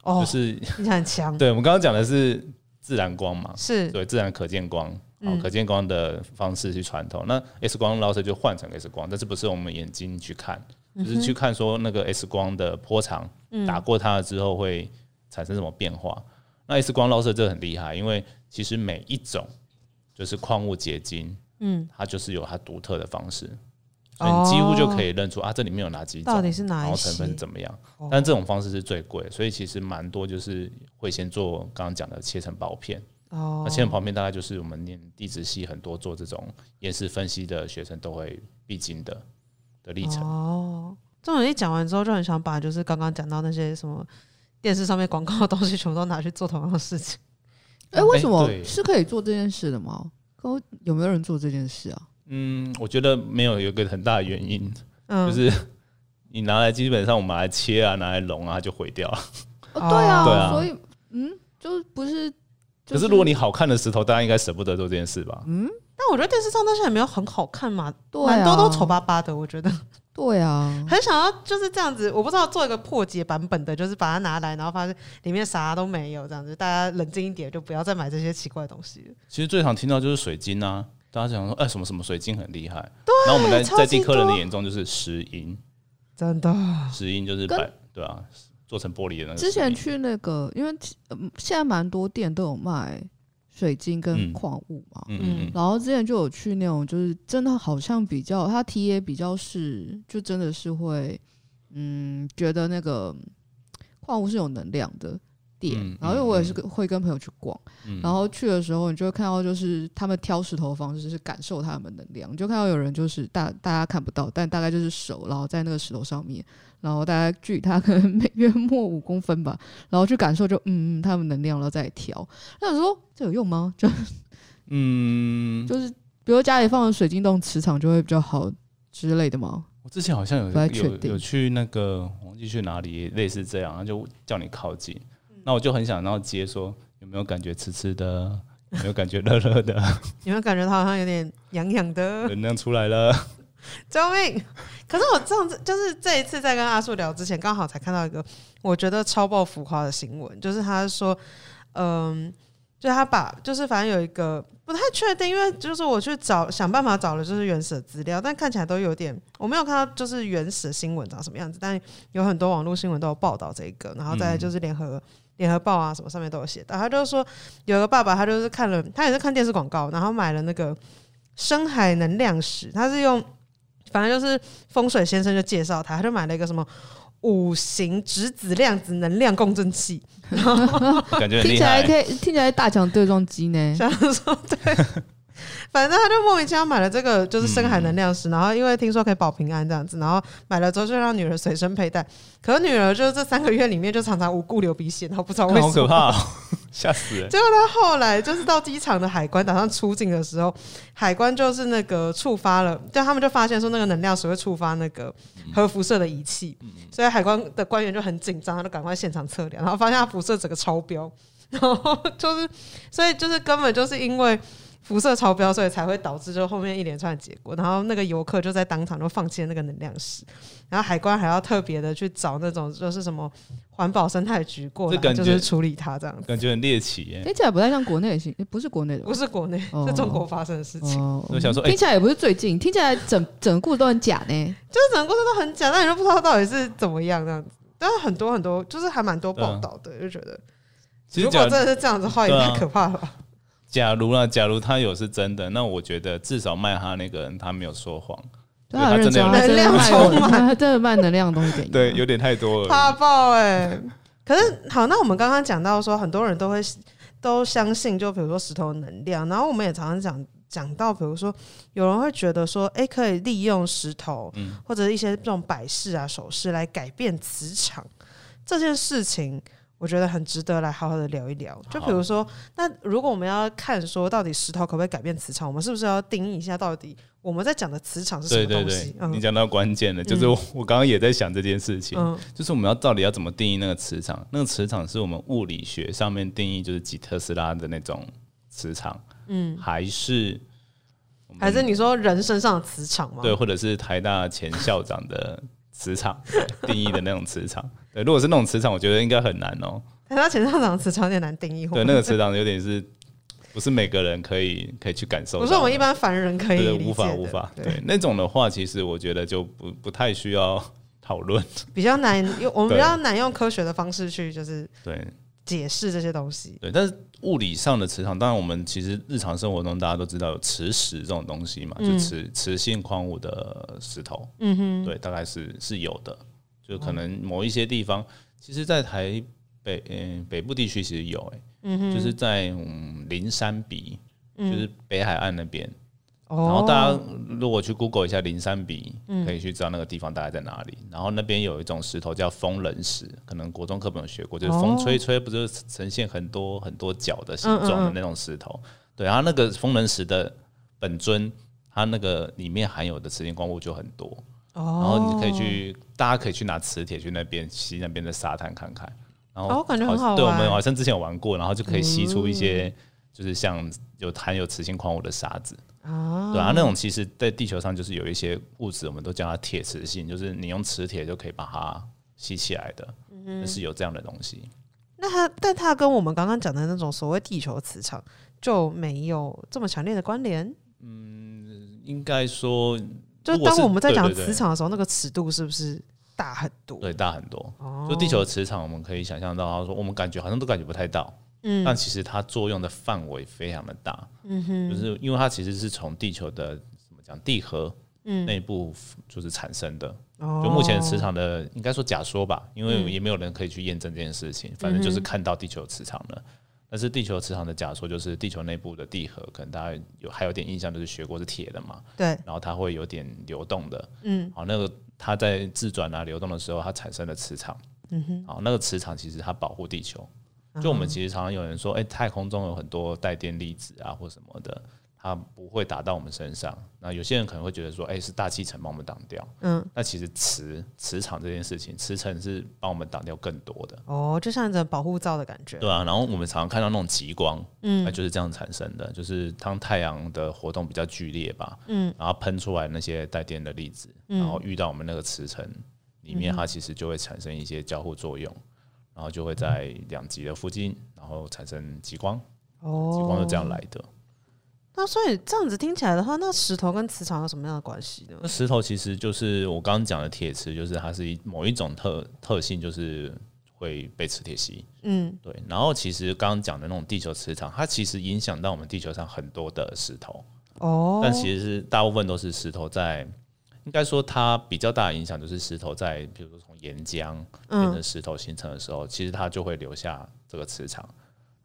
S1: 哦
S2: 就，是。
S1: 听起来很强
S2: 对我们刚刚讲的是自然光嘛，
S1: 是，
S2: 对，自然可见光，好，
S1: 嗯
S2: 可见光的方式去穿透。那 X 光绕射就换成 X 光，但是不是我们眼睛去看，
S1: 嗯
S2: 就是去看说那个 X 光的波长、打过它了之后会产生什么变化。那 X 光绕射这很厉害，因为其实每一种就是矿物结晶，
S1: 嗯，哦
S2: 它就是有它独特的方式，所以你几乎就可以认出、啊，这里面有哪几种，
S1: 到底是哪
S2: 然
S1: 一
S2: 后成分
S1: 些
S2: 怎么样
S1: 哦。
S2: 但这种方式是最贵，所以其实蛮多就是会先做刚刚讲的切成薄片。
S1: 哦
S2: 那，现在旁边大概就是我们念地质系很多做这种岩石分析的学生都会必经的的历程。
S1: 哦，这种一讲完之后，就很想把就是刚刚讲到那些什么电视上面广告的东西，全部都拿去做同样的事情。
S3: 哎、为什么
S2: 对
S3: 是可以做这件事的吗？可有没有人做这件事啊？
S2: 嗯，我觉得没有有一个很大的原因，
S1: 嗯，
S2: 就是你拿来基本上我们拿来切啊，拿来融啊，它就毁掉了。
S3: 哦，
S1: 哦
S3: 对啊，
S2: 对啊
S3: 所以嗯，就不是。嗯就
S2: 可是如果你好看的石头，大家应该舍不得做这件事吧？
S1: 但我觉得电视上那些也没有很好看嘛，
S3: 对啊
S1: 蛮、多都丑巴巴的。我觉得
S3: 对啊，
S1: 很想要就是这样子，我不知道做一个破解版本的， 就是把它拿来，然后发现里面啥都没有，这样子大家冷静一点，就不要再买这些奇怪的东西了。
S2: 其实最常听到就是水晶啊，大家讲说哎、什么什么水晶很厉害，然后我们在
S1: 超级
S2: 在地科人的
S1: 多
S2: 眼中就是石英，
S1: 真的，
S2: 石英就是
S3: 跟
S2: 白对啊，做成玻璃的那个石英。
S3: 之前去那个，因为、嗯现在蛮多店都有卖水晶跟
S2: 嗯
S3: 矿物嘛，
S2: 嗯嗯嗯
S3: 然后之前就有去那种，就是真的好像比较，他题也比较是，就真的是会，嗯，觉得那个矿物是有能量的点。
S2: 嗯
S3: 然后因为我也是跟会跟朋友去逛，
S2: 嗯
S3: 然后去的时候你就会看到，就是他们挑石头的方式是感受他们的能量，你就看到有人就是大大家看不到，但大概就是手，然后在那个石头上面，然后大概距离它可能每约莫五公分吧，然后去感受就嗯嗯他们能量，然后再挑。那你说这有用吗？就
S2: 嗯，
S3: 就是比如家里放的水晶洞，磁场就会比较好之类的吗？
S2: 我之前好像有
S3: 不太确
S2: 有
S3: 定
S2: 有去那个我忘记去哪里，类似这样，他就叫你靠近，那我就很想然后接说有没有感觉刺刺的，有没有感觉热热的，
S1: 有没有感觉它好像有点痒痒的？
S2: 能量出来了。
S1: 救命！可是我上次就是这一次在跟阿树聊之前，刚好才看到一个我觉得超爆浮夸的新闻，就是他说，嗯，就是他把就是反正有一个不太确定，因为就是我去找想办法找了就是原始的资料，但看起来都有点我没有看到就是原始的新闻长什么样子，但有很多网络新闻都有报道这个，然后再来就是联合。联合报啊，什么上面都有写到。他就说，有个爸爸，他就是看了，他也是看电视广告，然后买了那个深海能量石，他是用反正就是风水先生就介绍他，他就买了一个什么五行质子量子能量共振器，
S2: 感觉很
S3: 听
S2: 厉
S3: 起
S2: 害。
S3: 来
S2: 啊
S3: 可以，听起来大强对撞 机呢。
S1: 想说对， 反正他就莫名其妙买了这个就是深海能量石，然后因为听说可以保平安这样子，然后买了之后就让女儿随身佩戴，可是女儿就是这三个月里面就常常无故流鼻血，然后不知道为
S2: 看
S1: 什么，
S2: 好可怕、哦， 吓死人！
S1: 结果他后来就是到机场的海关，打算出境的时候，海关就是那个触发了，就他们就发现说那个能量水会触发那个核辐射的仪器，
S2: 嗯
S1: 所以海关的官员就很紧张，他就赶快现场测量，然后发现他辐射整个超标，然后就是所以就是根本就是因为。辐射超标，所以才会导致就后面一连串的结果。然后那个游客就在当场就放弃了那个能量石，然后海关还要特别的去找那种就是什么环保生态局过
S2: 这感
S1: 来，
S2: 觉
S1: 就是处理它这样子。
S2: 感觉很猎奇耶。
S3: 听起来不太像国内的新，不是国内的吧，
S1: 不是国内，
S3: 哦
S1: 是中国发生的事情。
S3: 哦
S2: 我想说哎
S3: 听起来也不是最近，听起来整整个故事都很假呢。
S1: 就是整个过程都很假，但你都不知道到底是怎么样这样子。但是很多很多，就是还蛮多报道
S3: 啊
S1: 的，就觉得
S2: 其
S1: 如
S2: 实
S1: 果
S2: 假
S1: 真的是这样子的话，也
S2: 对啊
S1: 太可怕了吧？
S2: 假如啦，假如他有是真的，那我觉得至少卖他那个人他没有说谎，
S3: 对他很认真啊，
S2: 他
S3: 真
S1: 真的
S3: 的
S1: 有
S3: 卖
S1: 能量充满
S3: 他 真的卖能量的东西给你。
S2: 对，有点太多了。
S1: 怕爆哎、 可是好，那我们刚刚讲到说，很多人都会都相信，就比如说石头能量，然后我们也常常讲讲到，比如说有人会觉得说，哎、可以利用石头、
S2: 嗯
S1: 或者一些这种摆饰啊、首饰来改变磁场这件事情。我觉得很值得来好好的聊一聊。就比如说，那如果我们要看说到底石头可不可以改变磁场，我们是不是要定义一下到底我们在讲的磁场是什
S2: 对
S1: 么
S2: 对
S1: 东西？嗯
S2: 对，你讲到关键了，就是我我刚刚也在想这件事情，
S1: 嗯
S2: 就是我们要到底要怎么定义那个磁场？那个磁场是我们物理学上面定义就是几特斯拉的那种磁场，嗯，还是我们
S1: 还是你说人身上的磁场吗？
S2: 对，或者是台大前校长的磁场 对定义的那种磁场？对，如果是那种磁场，我觉得应该很难 哦、
S1: 但他前上长磁场有点难定义，
S2: 对，那个磁场有点是不是每个人可以可以去感受到
S1: 不
S2: 的？
S1: 是我们一般凡人可以
S2: 对
S1: 理解的，
S2: 无法无法。
S1: 对，
S2: 对，那种的话，其实我觉得就不不太需要讨论。
S1: 比较难用，我们
S2: 对
S1: 比较难用科学的方式去就是
S2: 对
S1: 解释这些东西。
S2: 对，但是物理上的磁场，当然我们其实日常生活中大家都知道有磁石这种东西嘛，就磁磁性矿物的石头，
S1: 嗯哦哼，
S2: 对，大概是是有的。就可能某一些地方，其实，在台北嗯、北部地区其实有、欸，
S1: 嗯哼，
S2: 就是在嗯灵山鼻，就
S1: 嗯
S2: 是北海岸那边。
S1: 哦，
S2: 然后大家如果去 Google 一下灵山鼻，
S1: 嗯
S2: 可以去知道那个地方大概在哪里。然后那边有一种石头叫风人石，可能国中课本有学过，就是风
S1: 哦
S2: 吹吹不就是呈现很多很多角的形
S1: 嗯嗯
S2: 状的
S1: 嗯
S2: 那种石头。对，然后那个风人石的本尊，它那个里面含有的磁性光物就很多。然
S1: 哦，
S2: 后你可以去，大家可以去拿磁铁去那边吸那边的沙滩看看。然后
S1: 哦感觉很
S2: 像
S1: 好
S2: 对我
S1: 玩
S2: 们好像之前有玩过，然后就可以吸出一些就是像有含有磁性矿物的沙子。
S1: 啊，
S2: 对啊，那种其实在地球上就是有一些物质，我们都叫它铁磁性，就是你用磁铁就可以把它吸起来的，
S1: 嗯
S2: 就是有这样的东西。
S1: 那它但它跟我们刚刚讲的那种所谓地球磁场就没有这么强烈的关联。
S2: 应该说，
S1: 就
S2: 如果
S1: 当
S2: 是
S1: 我们在讲
S2: 对对对
S1: 磁场的时候，那个尺度是不是大很多？
S2: 对，大很多。
S1: 哦，
S2: 就地球的磁场，我们可以想象到，它说我们感觉好像都感觉不太到，
S1: 嗯
S2: 但其实它作用的范围非常的大，
S1: 嗯哼
S2: 就是因为它其实是从地球的怎么讲地核
S1: 嗯，
S2: 内部就是产生的。
S1: 哦嗯
S2: 就目前磁场的，应该说假说吧，因为也没有人可以去验证这件事情，反正就是看到地球磁场了。但是地球磁场的假说就是地球内部的地核，可能大家有还有点印象，就是学过是铁的嘛，
S1: 哦对，
S2: 然后它会有点流动的，
S1: 嗯
S2: 好，那个它在自转啊流动的时候，它产生了磁场，
S1: 嗯哼，啊
S2: 好，那个磁场其实它保护地球。就我们其实常常有人说，哎、太空中有很多带电粒子啊或什么的，它不会打到我们身上。那有些人可能会觉得说，哎、是大气层帮我们挡掉。
S1: 嗯。
S2: 那其实磁磁场这件事情，磁层是帮我们挡掉更多的，
S1: 哦，就像一种保护罩的感觉。
S2: 对啊。然后我们常常看到那种极光，那
S1: 嗯
S2: 就是这样产生的，就是当太阳的活动比较剧烈吧，
S1: 嗯，
S2: 然后喷出来那些带电的粒子，然后遇到我们那个磁层里面，
S1: 嗯
S2: 它其实就会产生一些交互作用，然后就会在两极的附近，然后产生极光，极
S1: 哦
S2: 光就，这样来的。
S1: 那所以这样子听起来的话，那石头跟磁场有什么样的关系呢
S2: 那？石头其实就是我刚刚讲的铁磁，就是它是一某一种特特性，就是会被磁铁吸。
S1: 嗯，
S2: 对，然后其实刚刚讲的那种地球磁场，它其实影响到我们地球上很多的石头，
S1: 哦，
S2: 但其实是大部分都是石头在，应该说它比较大的影响就是石头在，比如说从岩浆变成
S1: 嗯
S2: 石头形成的时候，其实它就会留下这个磁场，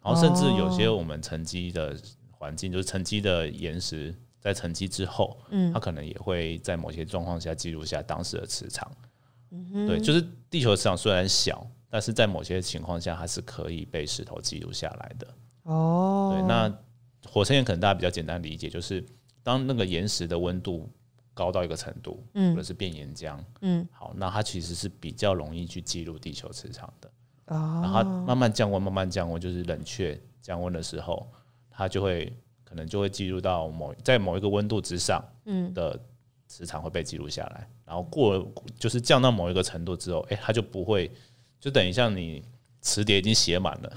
S2: 然后甚至有
S1: 哦
S2: 些我们沉积的环境，就是沉积的岩石在沉积之后，
S1: 嗯
S2: 它可能也会在某些状况下记录下当时的磁场。
S1: 嗯
S2: 对，就是地球磁场虽然小，但是在某些情况下，它是可以被石头记录下来的。
S1: 哦，
S2: 对，那火山岩可能大家比较简单理解，就是当那个岩石的温度高到一个程度，或者
S1: 嗯
S2: 是变岩浆，
S1: 嗯
S2: 好，那它其实是比较容易去记录地球磁场的。然后它
S1: 啊，
S2: 慢慢降温，慢慢降温，就是冷却降温的时候，它就会可能就会记录到某在某一个温度之上
S1: 嗯，
S2: 的磁场会被记录下来，然后过就是降到某一个程度之后，哎、它就不会，就等于像你磁碟已经写满 了，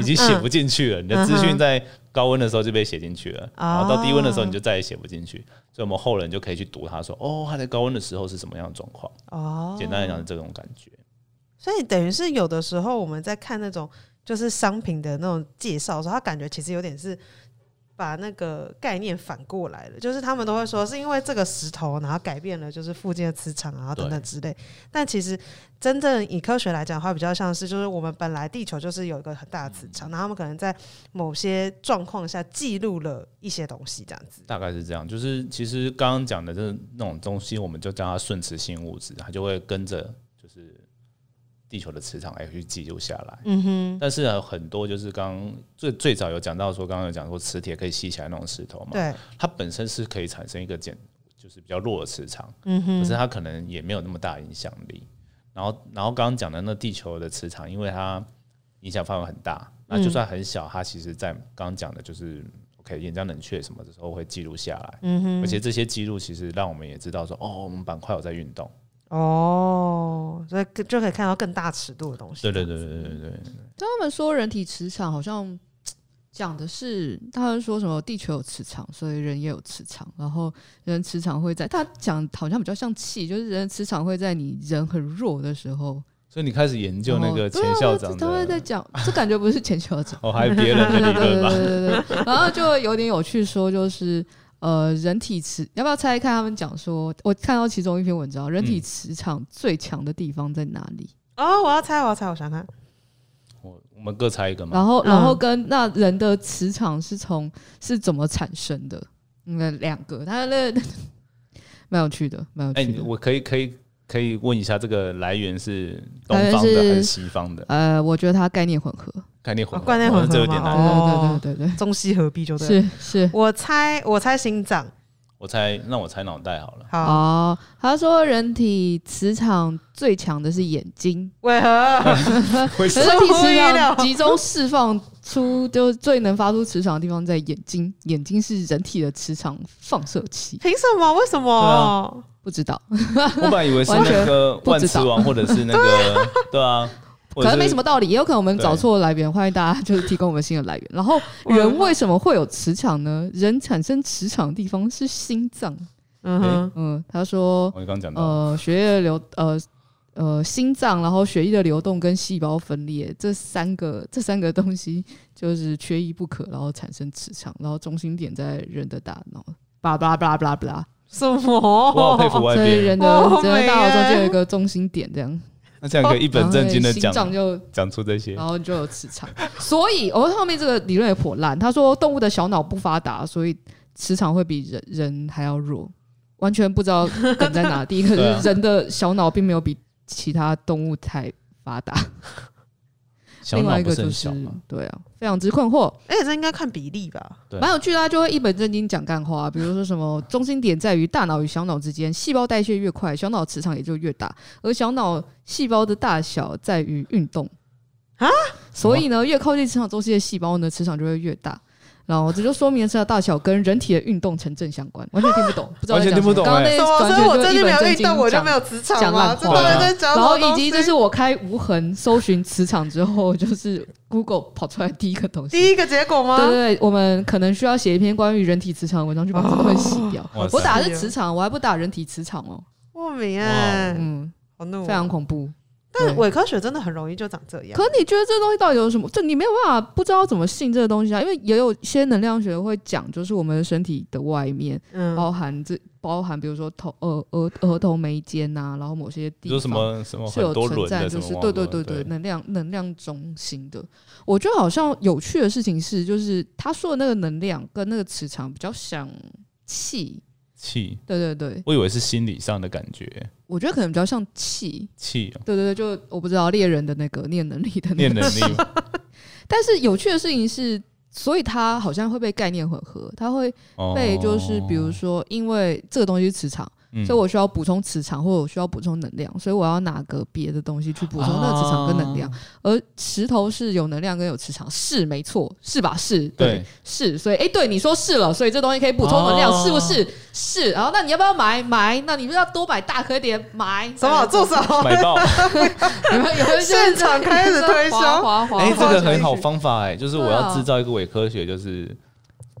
S2: 已经写不进去了，你的资
S1: 嗯
S2: 讯
S1: 哼哦
S2: 在高温的时候就被写进去了，然后到低温的时候你就再也写不进去，所以我们后人就可以去读它说，哦，它在高温的时候是什么样的状况，
S1: 哦，
S2: 简单来讲是这种感觉。
S1: 所以等于是有的时候我们在看那种就是商品的那种介绍的时候，他感觉其实有点是把那个概念反过来了，就是他们都会说是因为这个石头，然后改变了就是附近的磁场，然后等等之类。但其实真正以科学来讲的话，比较像是就是我们本来地球就是有一个很大的磁场，然后他们可能在某些状况下记录了一些东西，这样子。
S2: 大概是这样，就是其实刚刚讲的这那种东西，我们就叫它顺磁性物质，它就会跟着就是地球的磁场哎来去记录下来。
S1: 嗯哼，
S2: 但是呢，很多就是刚最最早有讲到说，刚刚有讲说磁铁可以吸起来那种石头嘛，
S1: 对，
S2: 它本身是可以产生一个减，就是比较弱的磁场，
S1: 嗯
S2: 可是
S1: 哼，
S2: 它可能也没有那么大影响力。然后，然后刚刚讲的那地球的磁场，因为它影响范围很大，那就算很小，它其实在刚刚讲的就是 OK 岩浆冷却什么的时候会记录下来，
S1: 嗯哼，
S2: 而且这些记录其实让我们也知道说，哦，我们板块有在运动。
S1: 哦，所以就可以看到更大尺度的东西。
S2: 对对对对对对，
S3: 但他们说人体磁场好像讲的是，他们说什么地球有磁场，所以人也有磁场，然后人磁场会在他讲好像比较像气，就是人磁场会在你人很弱的时候。
S2: 所以你开始研究
S3: 然
S2: 那
S3: 后
S2: 个前
S3: 对啊
S2: 校
S3: 我
S2: 长
S3: 他们在
S2: 的，
S3: 讲，这感觉不是前
S2: 。
S3: 校长
S2: 哦，还有别人的
S3: 对对
S2: 理论
S3: 对
S2: 吧？
S3: 对对对，然后就有点有趣，说就是呃，人体磁，要不要猜一看？他们讲说，我看到其中一篇文章，人体
S2: 嗯
S3: 磁场最强的地方在哪里？
S1: 哦，我要猜，我要猜，我想看。
S2: 我我们各猜一个嘛
S3: 然。后，
S1: 嗯
S3: 然后跟那人的磁场是从是怎么产生的？嗯，两个，他那 蛮有趣的，蛮有
S2: 哎、
S3: 趣
S2: 你
S3: 的。
S2: 我可以可以可以问一下，这个来源是东
S3: 来源
S2: 方的
S3: 是
S2: 还是西方的？
S3: 呃，我觉得它概念混合，
S2: 概念混
S1: 哦
S2: 合，
S3: 啊
S1: 概念
S2: 哇
S1: 混合
S2: 这有点
S1: 嘛
S2: 难。
S1: 哦
S3: 对对对对
S1: 中西合璧就
S3: 对，
S1: 对了。
S3: 是是
S1: 我猜，我猜心脏。
S2: 我猜，那我猜脑袋好 了。
S1: 好，
S3: 哦。他说人体磁场最强的是眼睛，
S1: 为 何？
S2: 为
S3: 人体磁场集中释放出就最能发出磁场的地方在眼睛，眼睛是人体的磁场放射器。
S1: 凭什么？为什么？
S3: 不知道，
S2: 我本来以为是
S3: 完全
S2: 那个
S3: 不
S2: 万
S3: 知
S2: 磁
S3: 道
S2: 王，或者是 那个对啊，或
S3: 可
S2: 者
S3: 能
S2: 是
S3: 没什么道理，也有可能我们找错来源，欢迎大家就是提供我们新的来源。然后人为什么会有磁场呢？人产生磁场的地方是心脏。
S1: 嗯哼，
S3: 嗯，他说
S2: 我刚刚讲到，
S3: 呃，血液的流呃呃心脏，然后血液的流动跟细胞分裂这三个这三个东西就是缺一不可，然后产生磁场，然后中心点在人的大脑。巴拉巴拉巴拉巴拉，
S1: 什
S2: 我好佩
S1: 么？
S2: 服外
S3: 所以
S2: 边，
S3: 人的
S1: 哦
S3: 人的大脑中
S1: 美耶
S3: 间有一个中心点，这样，
S2: 那这样可以一
S3: 然
S2: 本
S3: 后
S2: 正经的
S3: 心
S2: 讲啊
S3: 脏就哦
S2: 讲出这些
S3: 然。后就有磁场。所以我、哦、后面这个理论也破烂，他说动物的小脑不发达，所以磁场会比人人还要弱。完全不知道梗在哪。 第一个
S2: 对啊
S3: 是人的小脑并没有比其他动物太发达，
S2: 小
S3: 另
S2: 脑
S3: 外一
S2: 不
S3: 个
S2: 是
S3: 就
S2: 很
S3: 是
S2: 小吗？
S3: 对啊，非常之困惑。
S1: 而且哎这应该看比例吧？
S2: 对
S3: 蛮有趣的、啊，就会一本正经讲干话、比如说什么中心点在于大脑与小脑之间，细胞代谢越快，小脑磁场也就越大，而小脑细胞的大小在于运动
S1: 啊，
S3: 所以呢，越靠近磁场周期的细胞呢，磁场就会越大。然后这就说明了磁场大小跟人体的运动成正相关，完全听 不懂，不知道在讲什
S2: 完全听
S3: 么
S2: 不懂
S3: 刚刚
S2: 哎
S1: 什
S3: 那
S1: 么？
S3: 完
S1: 所以我
S3: 全
S1: 最
S3: 就一
S1: 近没
S3: 本
S1: 有
S3: 正
S1: 运
S3: 经
S1: 动，我就
S3: 讲
S1: 没有磁场
S3: 讲
S1: 吗？
S3: 烂
S1: 这
S3: 话啊
S1: 到底在讲什
S3: 然
S1: 么
S3: 后
S1: 东西？
S3: 以及这是我开无痕搜寻磁场之后，就是 Google 跑出来第一个东西。
S1: 第一个结果吗
S3: 对？对对，我们可能需要写一篇关于人体磁场的文章去把这部分洗掉。
S2: 哇塞
S3: 我打的是磁场，我还不打人体磁场哦。
S1: 莫名哎，
S3: 嗯，
S1: 好怒哦！
S3: 非常恐怖。
S1: 但
S3: 对
S1: 伪科学真的很容易就长这
S2: 啊
S1: 样
S3: 可。你觉得这东西到底有什么？就你没有办法不知道怎么信这个东西啊，因为也有些能量学会讲，就是我们身体的外面
S1: 嗯，
S3: 包含这包含，比如说头呃额额头眉间呐、然后某些地
S2: 你
S3: 方
S2: 说什么什么
S3: 是
S2: 哦很
S3: 有
S2: 多
S3: 存
S2: 轮
S3: 在，
S2: 的什
S3: 就
S2: 么
S3: 是
S2: 网
S3: 对
S2: 络？
S3: 对对对，能量能量中心的。我觉得好像有趣的事情是，就是他说的那个能量跟那个磁场比较像气，
S2: 气，
S3: 对对对，
S2: 我以为是心理上的感觉，
S3: 我觉得可能比较像气，
S2: 气哦
S3: 对对对，就我不知道猎人的那个念能力的那
S2: 念
S3: 个
S2: 能
S3: 气
S2: 力。
S3: 但是有趣的事情是，所以它好像会被概念混合，它会
S2: 哦
S3: 被就是比如说，因为这个东西是磁场，
S2: 嗯
S3: 所以我需要补充磁场，或者我需要补充能量，所以我要拿个别的东西去补充
S2: 啊
S3: 那个磁场跟能量。而石头是有能量跟有磁场，是没错，是吧？是，
S2: 对，
S3: 是。所以，哎、对，你说是了，所以这东西可以补充能量，
S2: 哦
S3: 是不是？是。然后，那你要不要买？买。那你不要多买大颗一点，买。
S1: 什么做什 么？
S2: 买爆！
S3: 有没有？有没有
S1: 现场开始推销
S3: 滑 滑滑
S2: 哎，这
S3: 滑
S2: 个
S3: 滑
S2: 很好
S3: 进去
S2: 方法哎，就是我
S3: 对
S2: 要
S3: 啊
S2: 制造一个伪科学，就是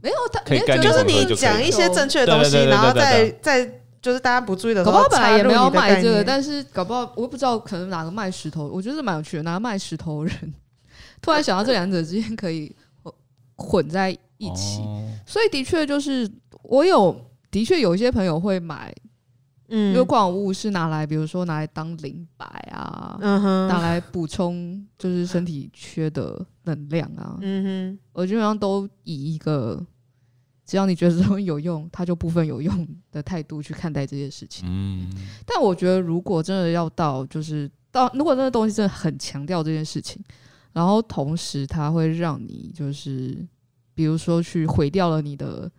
S3: 没有，他
S2: 可以
S3: 没有
S2: 概念
S3: 觉
S1: 就
S3: 得
S1: 是
S2: 混合
S1: 你
S2: 就可以
S1: 讲一些正确的东
S2: 对
S1: 西，
S2: 对对对对
S1: 然后再
S2: 对
S1: 再就是大家不注意的时
S3: 搞
S1: 候，
S3: 不好本来也没有卖
S1: 买
S3: 这个，但是搞不好我也不知道，可能哪个卖石头，我觉得蛮有趣的，哪个卖石头人， 突然想到这两者之间可以混混在一起，
S2: 哦
S3: 所以的确就是我有的确有一些朋友会买，因为
S1: 嗯
S3: 矿物是拿来，比如说拿来当灵摆啊，
S1: 嗯
S3: 拿
S1: 哼
S3: 来补充就是身体缺的能量啊，
S1: 嗯
S3: 我基本上都以一个只要你觉得这东西有用，它就部分有用的态度去看待这些事情。
S2: 嗯，
S3: 但我觉得，如果真的要到，就是到，如果那个东西真的很强调这件事情，然后同时它会让你就是，比如说去毁掉了你的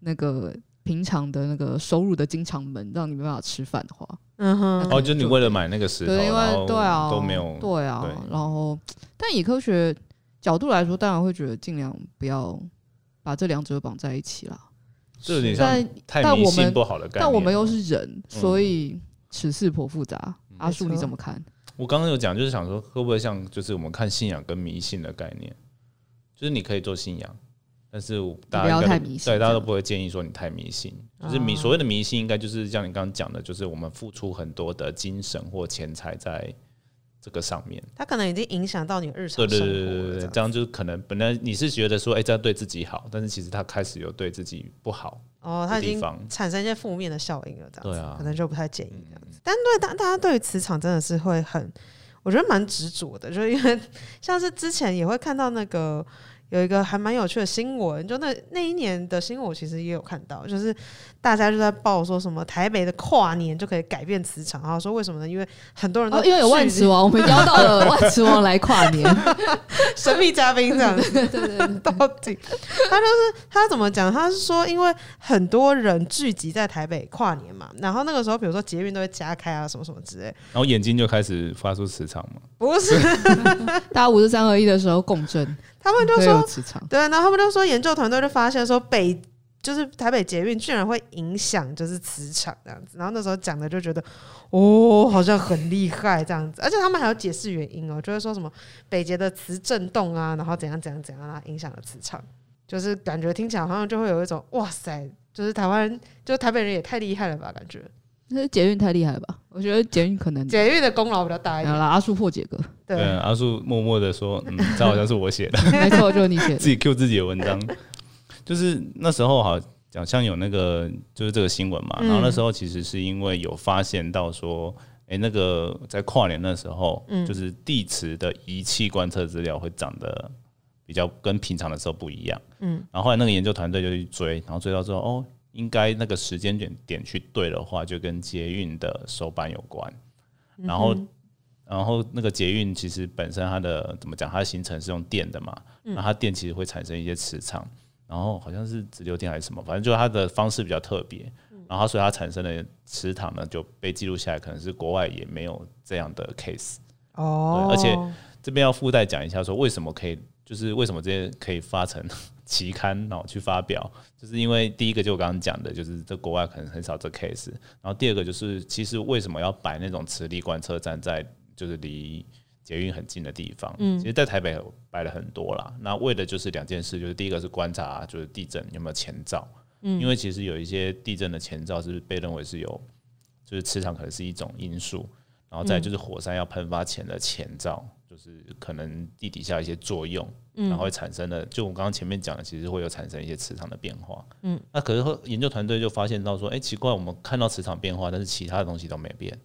S3: 那个平常的那个收入的经常门，让你没办法吃饭的话，
S1: 哼嗯哼
S2: 哦，就你为了买那个石头，
S3: 对，因
S2: 然后
S3: 为对啊，
S2: 都没有，
S3: 对啊，
S2: 对
S3: 然后但以科学角度来说，当然会觉得尽量不要把这两者绑在一起啦。
S2: 这有点像
S3: 但
S2: 太
S3: 但
S2: 迷
S3: 我
S2: 信
S3: 们
S2: 不好的概念。嗯
S3: 但我们又，是人，所以此事颇复杂。阿树
S1: 没
S3: 你
S1: 错
S3: 怎么看？
S2: 我刚刚有讲，就是想说会不会像就是我们看信仰跟迷信的概念，就是你可以做信仰，但是我大
S3: 不
S2: 家
S3: 要
S2: 应该
S3: 太
S2: 都
S3: 迷信
S2: 对，大家都
S3: 这样啊
S2: 不会建议说你太迷信。就是迷
S1: 哦
S2: 所谓的迷信，应该就是像你刚刚讲的，就是我们付出很多的精神或钱财在这个上面。
S1: 他可能已经影响到你日常
S2: 对对
S1: 生活
S2: 对对对
S1: 了
S2: 对，这样就是可能本来你是觉得说，哎、这样对自己好，但是其实他开始有对自己不好。
S1: 哦，它已
S2: 地
S1: 经
S2: 方
S1: 产生一些负面的效应了，这样子，
S2: 对啊嗯
S1: 可能就不太建议这样子。但对大大家对于磁场真的是会很，我觉得蛮执着的，就是因为像是之前也会看到那个有一个还蛮有趣的新闻，就那那一年的新闻我其实也有看到，就是大家就在报说什么台北的跨年就可以改变磁场，然后说为什么呢？因为很多人都、
S3: 哦，因为有万 磁王，我们邀到了万磁王来跨年。
S1: 神秘嘉宾这样子，
S3: 对对对，
S1: 到底他就是他怎么讲？他是说，因为很多人聚集在台北跨年嘛，然后那个时候比如说捷运都会加开啊，什么什么之类。
S2: 然后眼睛就开始发出磁场嘛，
S1: 不是，
S3: 大家五十三合一的时候共振，
S1: 他们就
S3: 会有
S1: 说
S3: 磁场。
S1: 对，啊然后他们就说研究团队就发现说北就是台北捷运居然会影响就是磁场这样子，然后那时候讲的就觉得哦，好像很厉害这样子，而且他们还有解释原因哦，就是说什么北捷的磁振动啊，然后怎样怎样怎样啊，影响了磁场，就是感觉听起来好像就会有一种哇塞，就是台湾人，就是台北人也太厉害了吧，感觉
S3: 那是捷运太厉害了吧？我觉得捷运可能。
S1: 捷运的功劳比较大一
S3: 好
S1: 点，
S3: 了，阿叔破解哥，
S1: 对，
S2: 嗯阿树默默的说，嗯，这好像是我写的，
S3: 没错，就是你 写的。
S2: 自己 Q 自己的文章。 就是那时候好好像有那个就是这个新闻嘛，
S1: 嗯
S2: 然后那时候其实是因为有发现到说，哎、那个在跨年的时候，
S1: 嗯
S2: 就是地磁的仪器观测资料会长得比较跟平常的时候不一样。
S1: 嗯，
S2: 然后后来那个研究团队就去追，然后追到之后，哦，应该那个时间点点去对的话，就跟捷运的手板有关。然
S1: 嗯
S2: 后，然后那个捷运其实本身它的怎么讲，它的行程是用电的嘛，那它电其实会产生一些磁场，然后好像是直流电还是什么，反正就是它的方式比较特别。然后，所以它产生的磁场呢，就被记录下来，可能是国外也没有这样的 case。
S1: 哦，
S2: 对而且这边要附带讲一下，说为什么可以，就是为什么这些可以发成期刊，然后去发表，就是因为第一个就我刚刚讲的，就是在国外可能很少这 case，然后第二个就是其实为什么要摆那种磁力观测站在就是离捷运很近的地方，其实在台北有摆了很多啦。那为的就是两件事，就是第一个是观察就是地震有没有前兆，因为其实有一些地震的前兆是被认为是有，就是磁场可能是一种因素，然后再来就是火山要喷发前的前兆，就是可能地底下一些作用，然后会产生的，就我刚刚前面讲的，其实会有产生一些磁场的变化。嗯，那可是后研究团队就发现到说，哎、奇怪，我们看到磁场变化，但是其他的东西都没变，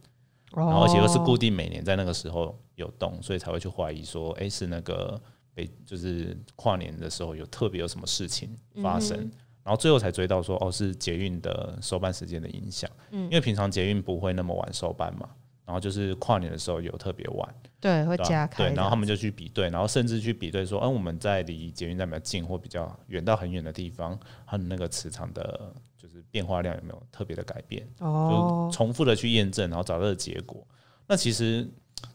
S2: 然后而且又是固定每年在那个时候有动，所以才会去怀疑说，哎、是那个被就是跨年的时候有特别有什么事情发生。
S1: 嗯
S2: 然后最后才追到说，哦，是捷运的收班时间的影响，
S1: 嗯
S2: 因为平常捷运不会那么晚收班嘛，然后就是跨年的时候有特别晚，
S1: 哦对会
S2: 对啊
S1: 加开的，
S2: 对，然后他们就去比对，然后甚至去比对说，嗯、我们在离捷运站比较近或比较远到很远的地方，它的那个磁场的，就是就是变化量有没有特别的改变，就
S1: 哦，
S2: 重复的去验证，然后找到的结果。那其实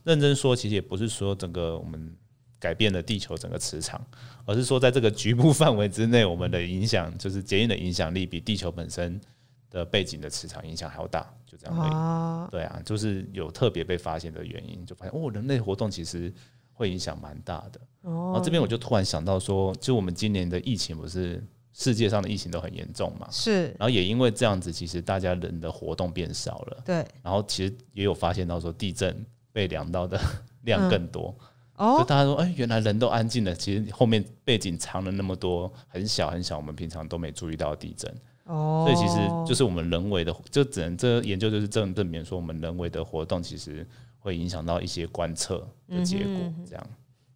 S2: 认真说，其实也不是说整个我们改变了地球整个磁场，而是说在这个局部 范围之内，我们的影响就是捷运的影响力比地球本身的背景的磁场影响还要大，就这样而已。
S1: 啊，
S2: 对啊，就是有特别被发现的原因，就发现哦，人类活动其实会影响蛮大的。然
S1: 哦
S2: 后，这边我就突然想到说，就我们今年的疫情不是世界上的疫情都很严重嘛，
S1: 是
S2: 然后也因为这样子，其实大家人的活动变少了，
S1: 对
S2: 然后其实也有发现到说地震被量到的 量更多，就
S1: 哦，
S2: 大家说，哎、原来人都安静了，其实后面背景藏了那么多很小很小，我们平常都没注意到的地震。
S1: 哦，
S2: 所以其实就是我们人为的，就只能这研究就是证证明说，我们人为的活动其实会影响到一些观测的
S1: 嗯
S2: 结
S1: 哼
S2: 果
S1: 嗯哼，
S2: 这样。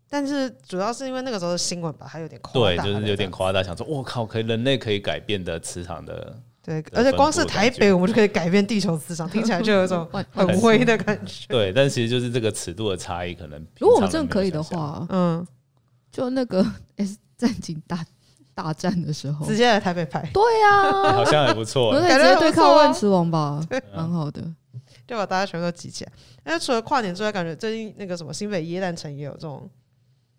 S1: 但是主要是因为那个时候的新闻吧，还有点夸
S2: 对，
S1: 大了
S2: 就是有点
S1: 这样
S2: 夸大，想说我靠，可以人类可以改变的磁场的，
S1: 对，
S2: 的
S1: 而且
S2: 分
S1: 光
S2: 布
S1: 是
S2: 感
S1: 台
S2: 觉
S1: 北，我们就可以改变地球磁场，听起来就有一 种嗯很灰的感觉。
S2: 对，但其实就是这个尺度的差异，可能
S3: 如果我
S2: 平
S3: 们
S2: 常
S3: 真
S2: 人
S3: 的可以
S2: 没
S3: 的
S2: 有想象，
S3: 话，
S1: 嗯，
S3: 就那个 S 战警大大战的时
S2: 哦
S3: 候
S1: 直，接来台北拍，
S3: 对呀、
S2: 好
S3: 啊，
S2: 像还不错
S3: 我
S2: 欸。
S3: 可以直
S1: 感觉
S3: 接
S1: 很
S3: 对
S1: 不错
S3: 抗
S1: 啊
S3: 万磁 王吧，蛮好的。
S1: 就把大家全部都集起来。那除了跨年之外，感觉最近那个什么新北耶诞城也有这种，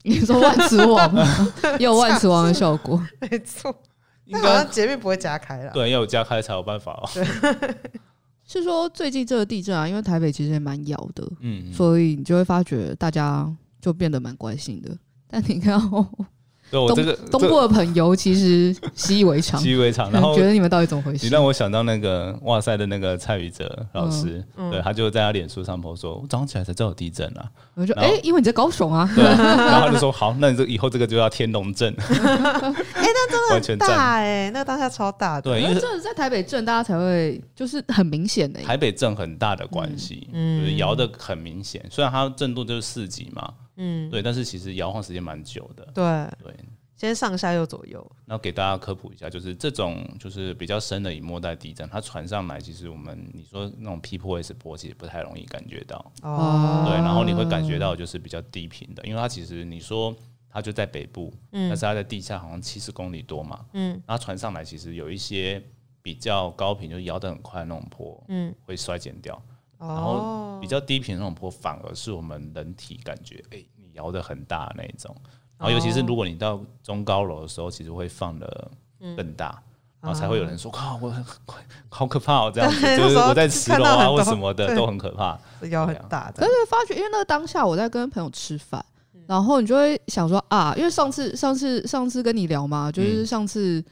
S3: 你说万磁王吗？ 也有万磁王的 效果，
S1: 没错，
S2: 应
S1: 但好
S2: 该
S1: 像节目不会加开了。
S2: 对要有加开才有办法哦。
S3: 是说最近这个地震啊，因为台北其实也蛮摇的，
S2: 嗯，嗯
S3: 所以你就会发觉大家就变得蛮关心的。 但你看哦，
S2: 对我这个
S3: 东部的朋友其实习以为 常，
S2: 机会场，然后
S3: 觉得你们到底怎么回
S2: 你
S3: 事？
S2: 让我想到那个哇塞的那个蔡宇哲老师，
S1: 嗯嗯
S2: 对他就在他脸书上 po 说，我早上起来才知道有地震啊。
S3: 我就说，
S2: 然后
S3: 哎、因为你在高雄啊，
S2: 对，然后他就说好，那你这以后这个就叫天龙镇。哎、那真的完全赞。
S1: 大哎、那个当下超大的。
S2: 对，因
S3: 因为
S2: 为
S3: 真的在台北镇，大家才会就是很明显欸的、
S2: 台北震很大的关系，
S1: 嗯
S2: 就是摇的很明显。虽然它震度就是四级嘛，
S1: 嗯，
S2: 对，但是其实摇晃时间蛮久的。
S1: 对，
S2: 对，
S1: 先上下右左右，
S2: 那给大家科普一下，就是这种就是比较深的以末代地震，它传上来，其实我们你说那种 P 波 S 波，其实不太容易感觉到。
S1: 哦，
S2: 对，然后你会感觉到就是比较低频的，因为它其实你说它就在北部，但是它在地下好像七十公里多嘛，
S1: 嗯，
S2: 然后传上来其实有一些比较高频，就摇得很快那种坡，
S1: 嗯，
S2: 会衰减掉，然
S1: 哦
S2: 后比，较低频的那种坡反而是我们人体感觉，哎、你摇得很大那一种，然后尤其是
S1: 哦
S2: 如果你到中高楼的时候，其实会放的
S1: 嗯
S2: 更大。然后才会有人说：“靠，我很好可怕哦！”这样子
S1: 啊那
S2: 就是
S1: 时候
S2: 我在
S1: 就
S2: 十
S1: 看
S2: 楼
S1: 到
S2: 啊，
S1: 很
S2: 或
S1: 多
S2: 什么的
S1: 对
S2: 都很可怕。
S1: 哦腰
S2: 啊
S1: 很大
S3: 可
S1: 的，
S3: 是，发觉，因为那个当下我在跟朋友吃饭，然后你就会想说啊，因为上次上次上次跟你聊嘛，
S2: 嗯
S3: 就是上次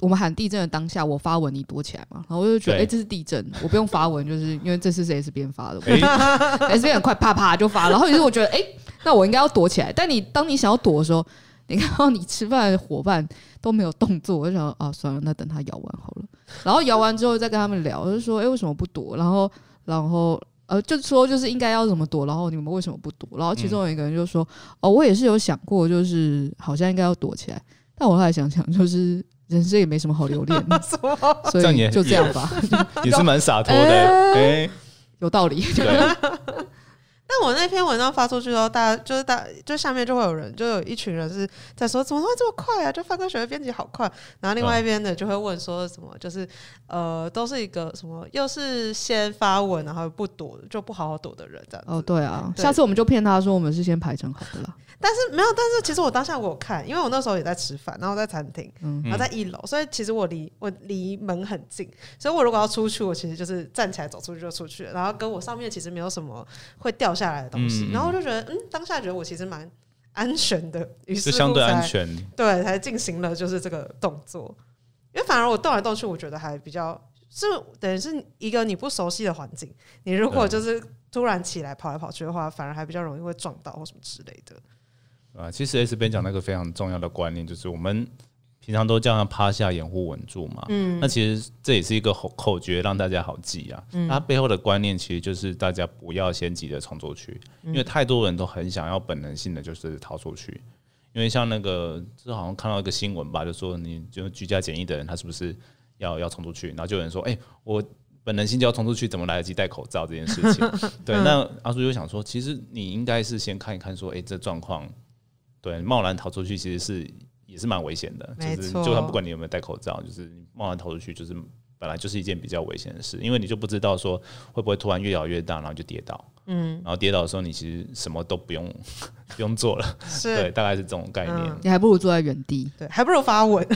S3: 我们喊地震的当下，我发文你躲起来嘛，然后我就觉得哎、
S2: 对
S3: 诶这是地震，我不用发文，就是因为这次是 S 边发的
S2: 哎、
S3: ，S 边很快啪啪就发，然后于是我觉得哎、诶那我应该要躲起来，但你当你想要躲的时候，你看到你吃饭的伙伴都没有动作，我就想说啊，算了，那等他摇完好了。然后摇完之后再跟他们聊，我就说，哎、为什么不躲？然后，然后。呃，就说就是应该要怎么躲，然后你们为什么不躲？然后其中有一个人就说：“哦，我也是有想过，就是好像应该要躲起来，但我后来想想，就是人生也没什么好留恋的
S1: 什么？
S3: 所
S2: 这样也
S3: 以就这样吧，
S2: 也是蛮洒脱的。哎、
S3: 有道理。
S2: 对，
S1: 但我那篇文章发出去之后，大家就是大，就下面就会有人，就有一群人是在说怎么会这么快啊？就范科学的编辑好快。然后另外一边的就会问说什么，就是呃，都是一个什么，又是先发文，然后不躲，就不好好躲的人这样子。
S3: 哦，对啊，
S1: 对
S3: 下次我们就骗他说我们是先排成好的啦。
S1: 但是没有，但是其实我当下我有看，因为我那时候也在吃饭，然后我在餐厅，
S3: 嗯
S1: 然后在一楼，所以其实我离我离门很近，所以我如果要出去，我其实就是站起来走出去就出去了，然后跟我上面其实没有什么会掉下来的东西，
S2: 嗯嗯
S1: 然后我就觉得，嗯，当下觉得我其实蛮安全的，于是
S2: 就
S1: 乎
S2: 相对安
S1: 才，
S2: 全。
S1: 对，才进行了就是这个动作，因为反而我动来动去，我觉得还比较是等于是一个你不熟悉的环境，你如果就是突然起来跑来跑去的话，反而还比较容易会撞到或什么之类的。
S2: 啊，其实 S 边讲那个非常重要的观念，就是我们平常都叫它趴下掩护稳住嘛。嗯，那其实这也是一个口口诀，让大家好记啊。
S1: 嗯
S2: 它背后的观念其实就是大家不要先急着冲出去，因
S1: 嗯
S2: 为太多人都很想要本能性的就是逃出去。因为像那个，这好像看到一个新闻吧，就说你就居家检疫的人，他是不是要要冲出去？然后就有人说，哎、我本能性就要冲出去，怎么来得及戴口罩这件事情？对，
S1: 嗯
S2: 那阿叔就想说，其实你应该是先看一看，说，哎、这状况对，贸然逃出去其实是也是蛮危险的，
S1: 没
S2: 就是
S1: 错
S2: 就算不管你有没有戴口罩，就是你冒然投出去，就是本来就是一件比较危险的事，因为你就不知道说会不会突然越咬越大，然后就跌倒，嗯，然后跌倒的时候你其实什么都不用 不用做了，对，
S1: 是
S2: 大概是这种概念，
S1: 嗯
S3: 你还不如坐在原地。
S1: 对，还不如发文，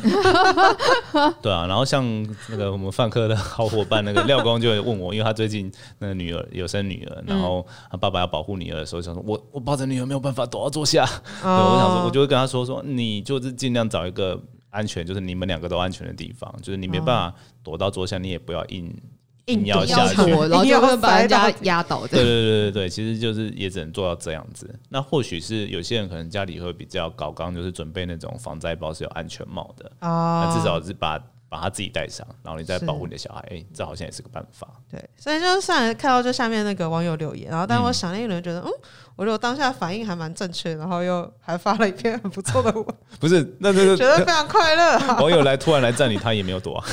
S2: 对啊。然后像那个我们范科的好伙伴那个廖工就会问我，因为他最近那个女儿有生女儿，然后他爸爸要保护女儿的时候，想说我我抱着女儿没有办法躲到坐下，对，我 想
S3: 哦
S2: 说，我就会跟他说说，你就是尽量找一个安全，就是你们两个都安全的地方，就是你没办法躲到桌下，你也不要硬。硬要下
S3: 要
S2: 去
S3: 求 我， 然后就会把人
S1: 硬
S3: 家
S1: 要塞到
S3: 压倒
S2: 对
S3: 这
S2: 对
S3: 样。
S2: 对对对，其实就是也只能做到这样子。那或许是有些人可能家里会比较搞刚，就是准备那种防灾包是有安全帽的，
S1: 啊
S2: 那至少是把把他自己戴上，然后你再
S1: 是
S2: 保护你的小孩。哎、这好像也哦是个办法。
S1: 对，所以就是上来看到就下面那个网友留言，然后但我想了一轮，觉得嗯，我觉得我当下反应还蛮正确，然后又还发了一篇很不错的 文，
S2: 不是，那这
S1: 觉
S2: 个
S1: 得非常快乐啊，
S2: 网友来突然来站你，他也没有躲、啊，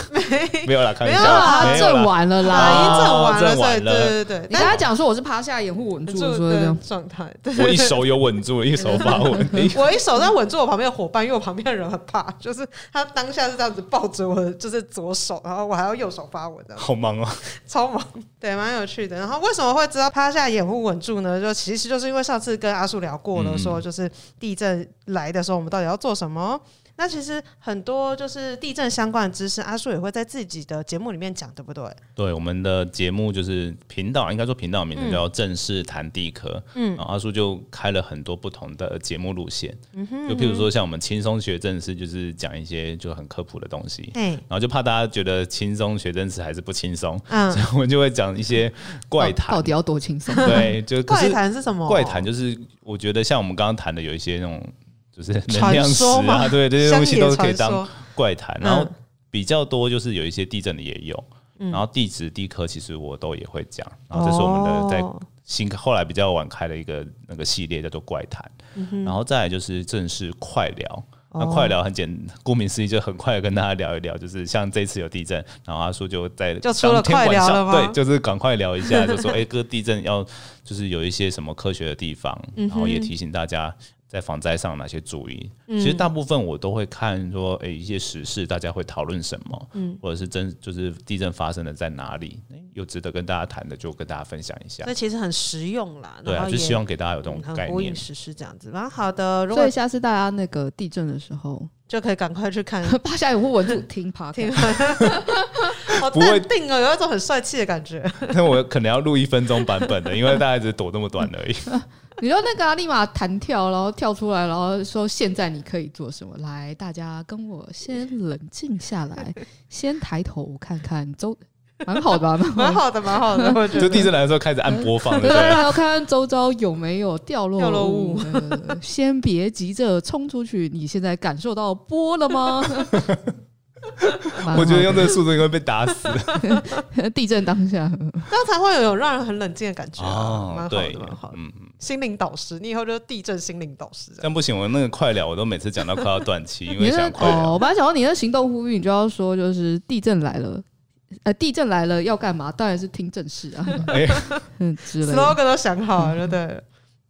S2: 没有啦，开玩笑，
S1: 没有啦
S2: 没有
S3: 正
S2: 啦。
S3: 完啊了
S1: 已
S3: 啦！
S1: 经正完
S2: 正
S1: 了，所以
S2: 完了
S1: 对对对，
S3: 你跟他讲说我是趴下掩护稳住，我说哎的这
S1: 的
S3: 样。
S1: 状态，对，
S2: 我一手有稳住，一手把 稳。哎
S1: 我一 手在稳住我旁边的伙伴，因为我旁边的人很怕，就是他当下是这样子抱着我的，就是左手，然后我还要右手发文的，
S2: 好忙哦、
S1: 超忙，对，蛮有趣的。然后为什么会知道趴下掩护稳住呢？就其实就是因为上次跟阿树聊过了，
S2: 嗯
S1: 说就是地震来的时候，我们到底要做什么？那其实很多就是地震相关的知识，阿树也会在自己的节目里面讲，对不对？
S2: 对，我们的节目就是频道，应该说频道名称叫“正式谈地科”。嗯，然后阿叔就开了很多不同的节目路线，就譬如说像我们轻松学正式，就是讲一些就很科普的东西。
S1: 哎，
S2: 然后就怕大家觉得轻松学正式还是不轻松，
S1: 嗯嗯
S2: 所以我们就会讲一些怪
S3: 到
S2: 谈
S3: 到。底要多轻 松？
S2: 对，就可
S1: 怪
S2: 是
S1: 谈是哦什么？
S2: 怪谈就是我觉得像我们刚刚谈的有一些那种就是能
S1: 传
S2: 量石
S1: 说嘛
S2: 啊，对这些
S1: 乡
S2: 东西
S1: 野
S2: 都可以
S1: 传
S2: 当
S1: 说，
S2: 怪谈，然后
S1: 嗯
S2: 比较多就是有一些地震的也有，然后地质、地科其实我都也会讲，然啊后这是我们的在
S1: 哦
S2: 新后来比较晚开的一个那个系列叫做怪谈，
S1: 嗯
S2: 然后再来就是正式快聊。
S1: 哦
S2: 那快聊很简，顾名思义就很快地跟大家聊一聊，就是像这次有地震，然后阿叔就在
S1: 就出了
S2: 当天
S1: 快
S2: 晚
S1: 聊
S2: 上
S1: 了吗
S2: 对，就是赶快聊一下，就说哎，哥地震要就是有一些什么科学的地方，
S1: 嗯
S2: 然后也提醒大家在防灾上有哪些注意。
S1: 嗯
S2: 其实大部分我都会看说，诶、一些时事大家会讨论什么，
S1: 嗯
S2: 或者是真就是地震发生的在哪里，诶有值得跟大家谈的就跟大家分享一下
S1: 那。其实很实用啦，
S2: 对
S1: 然
S2: 啊，
S1: 后
S2: 就
S1: 也
S2: 希望给大家有这种
S1: 嗯很
S2: 概
S1: 呼
S2: 念
S1: 应。实施这样子。蛮好的，如
S3: 所
S1: 果
S3: 以下次大家那个地震的时候，
S1: 就可以赶快去 看。
S3: 趴下掩护 稳住，听趴。
S1: 听
S3: podcast。
S1: 好
S2: 不会
S1: 淡定哦，有一种很帅气的感 觉。
S2: 但我可能要录一分钟版本 的，因为大概只躲那么短而 已。
S3: 你就那个、啊、立马弹跳，然后跳出来，然后说现在你可以做什么？来，大家跟我先冷静下 来，先抬头看看周，蛮好的吧？
S1: 蛮
S3: 的。啊
S1: 好的，蛮好的，我觉得。
S2: 就地震来的时候开始按播放，对
S3: 对，
S2: 不对？
S3: 然后看看周遭有没有掉落
S1: 掉落
S3: 物
S1: 物。
S3: 对对对先别急着冲出去，你现在感受到波了吗？蛮好
S2: 我觉得用这个速度应该会被打 死。
S3: 的地震当下，
S1: 这样才会有让人很冷静的感觉啊，蛮、好
S2: 哦对
S1: 的，蛮好，的。
S2: 嗯，
S1: 心灵导师，你以后就是地震心灵导师这
S2: 这
S1: 样。
S2: 样不行，我那个快聊我都每次讲到快要断气，因
S3: 你
S2: 为
S3: 那
S2: 想快聊。
S3: 哦，我本来想说你那行动呼吁，你就要说就是地震来了，呃，地震来了要干嘛？当然是听正事啊，
S2: 哎
S3: 嗯之类的。
S1: slogan 都想好了，对不对？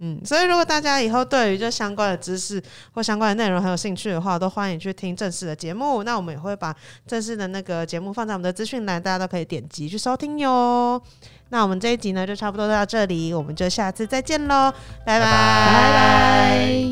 S1: 嗯，所以如果大家以后对于这相关的知识或相关的内容很有兴趣的话，都欢迎去听正式的节目。那我们也会把正式的那个节目放在我们的资讯栏，大家都可以点击去收听哟。那我们这一集呢，就差不多到这里，我们就下次再见喽，拜拜
S2: 拜
S3: 拜拜。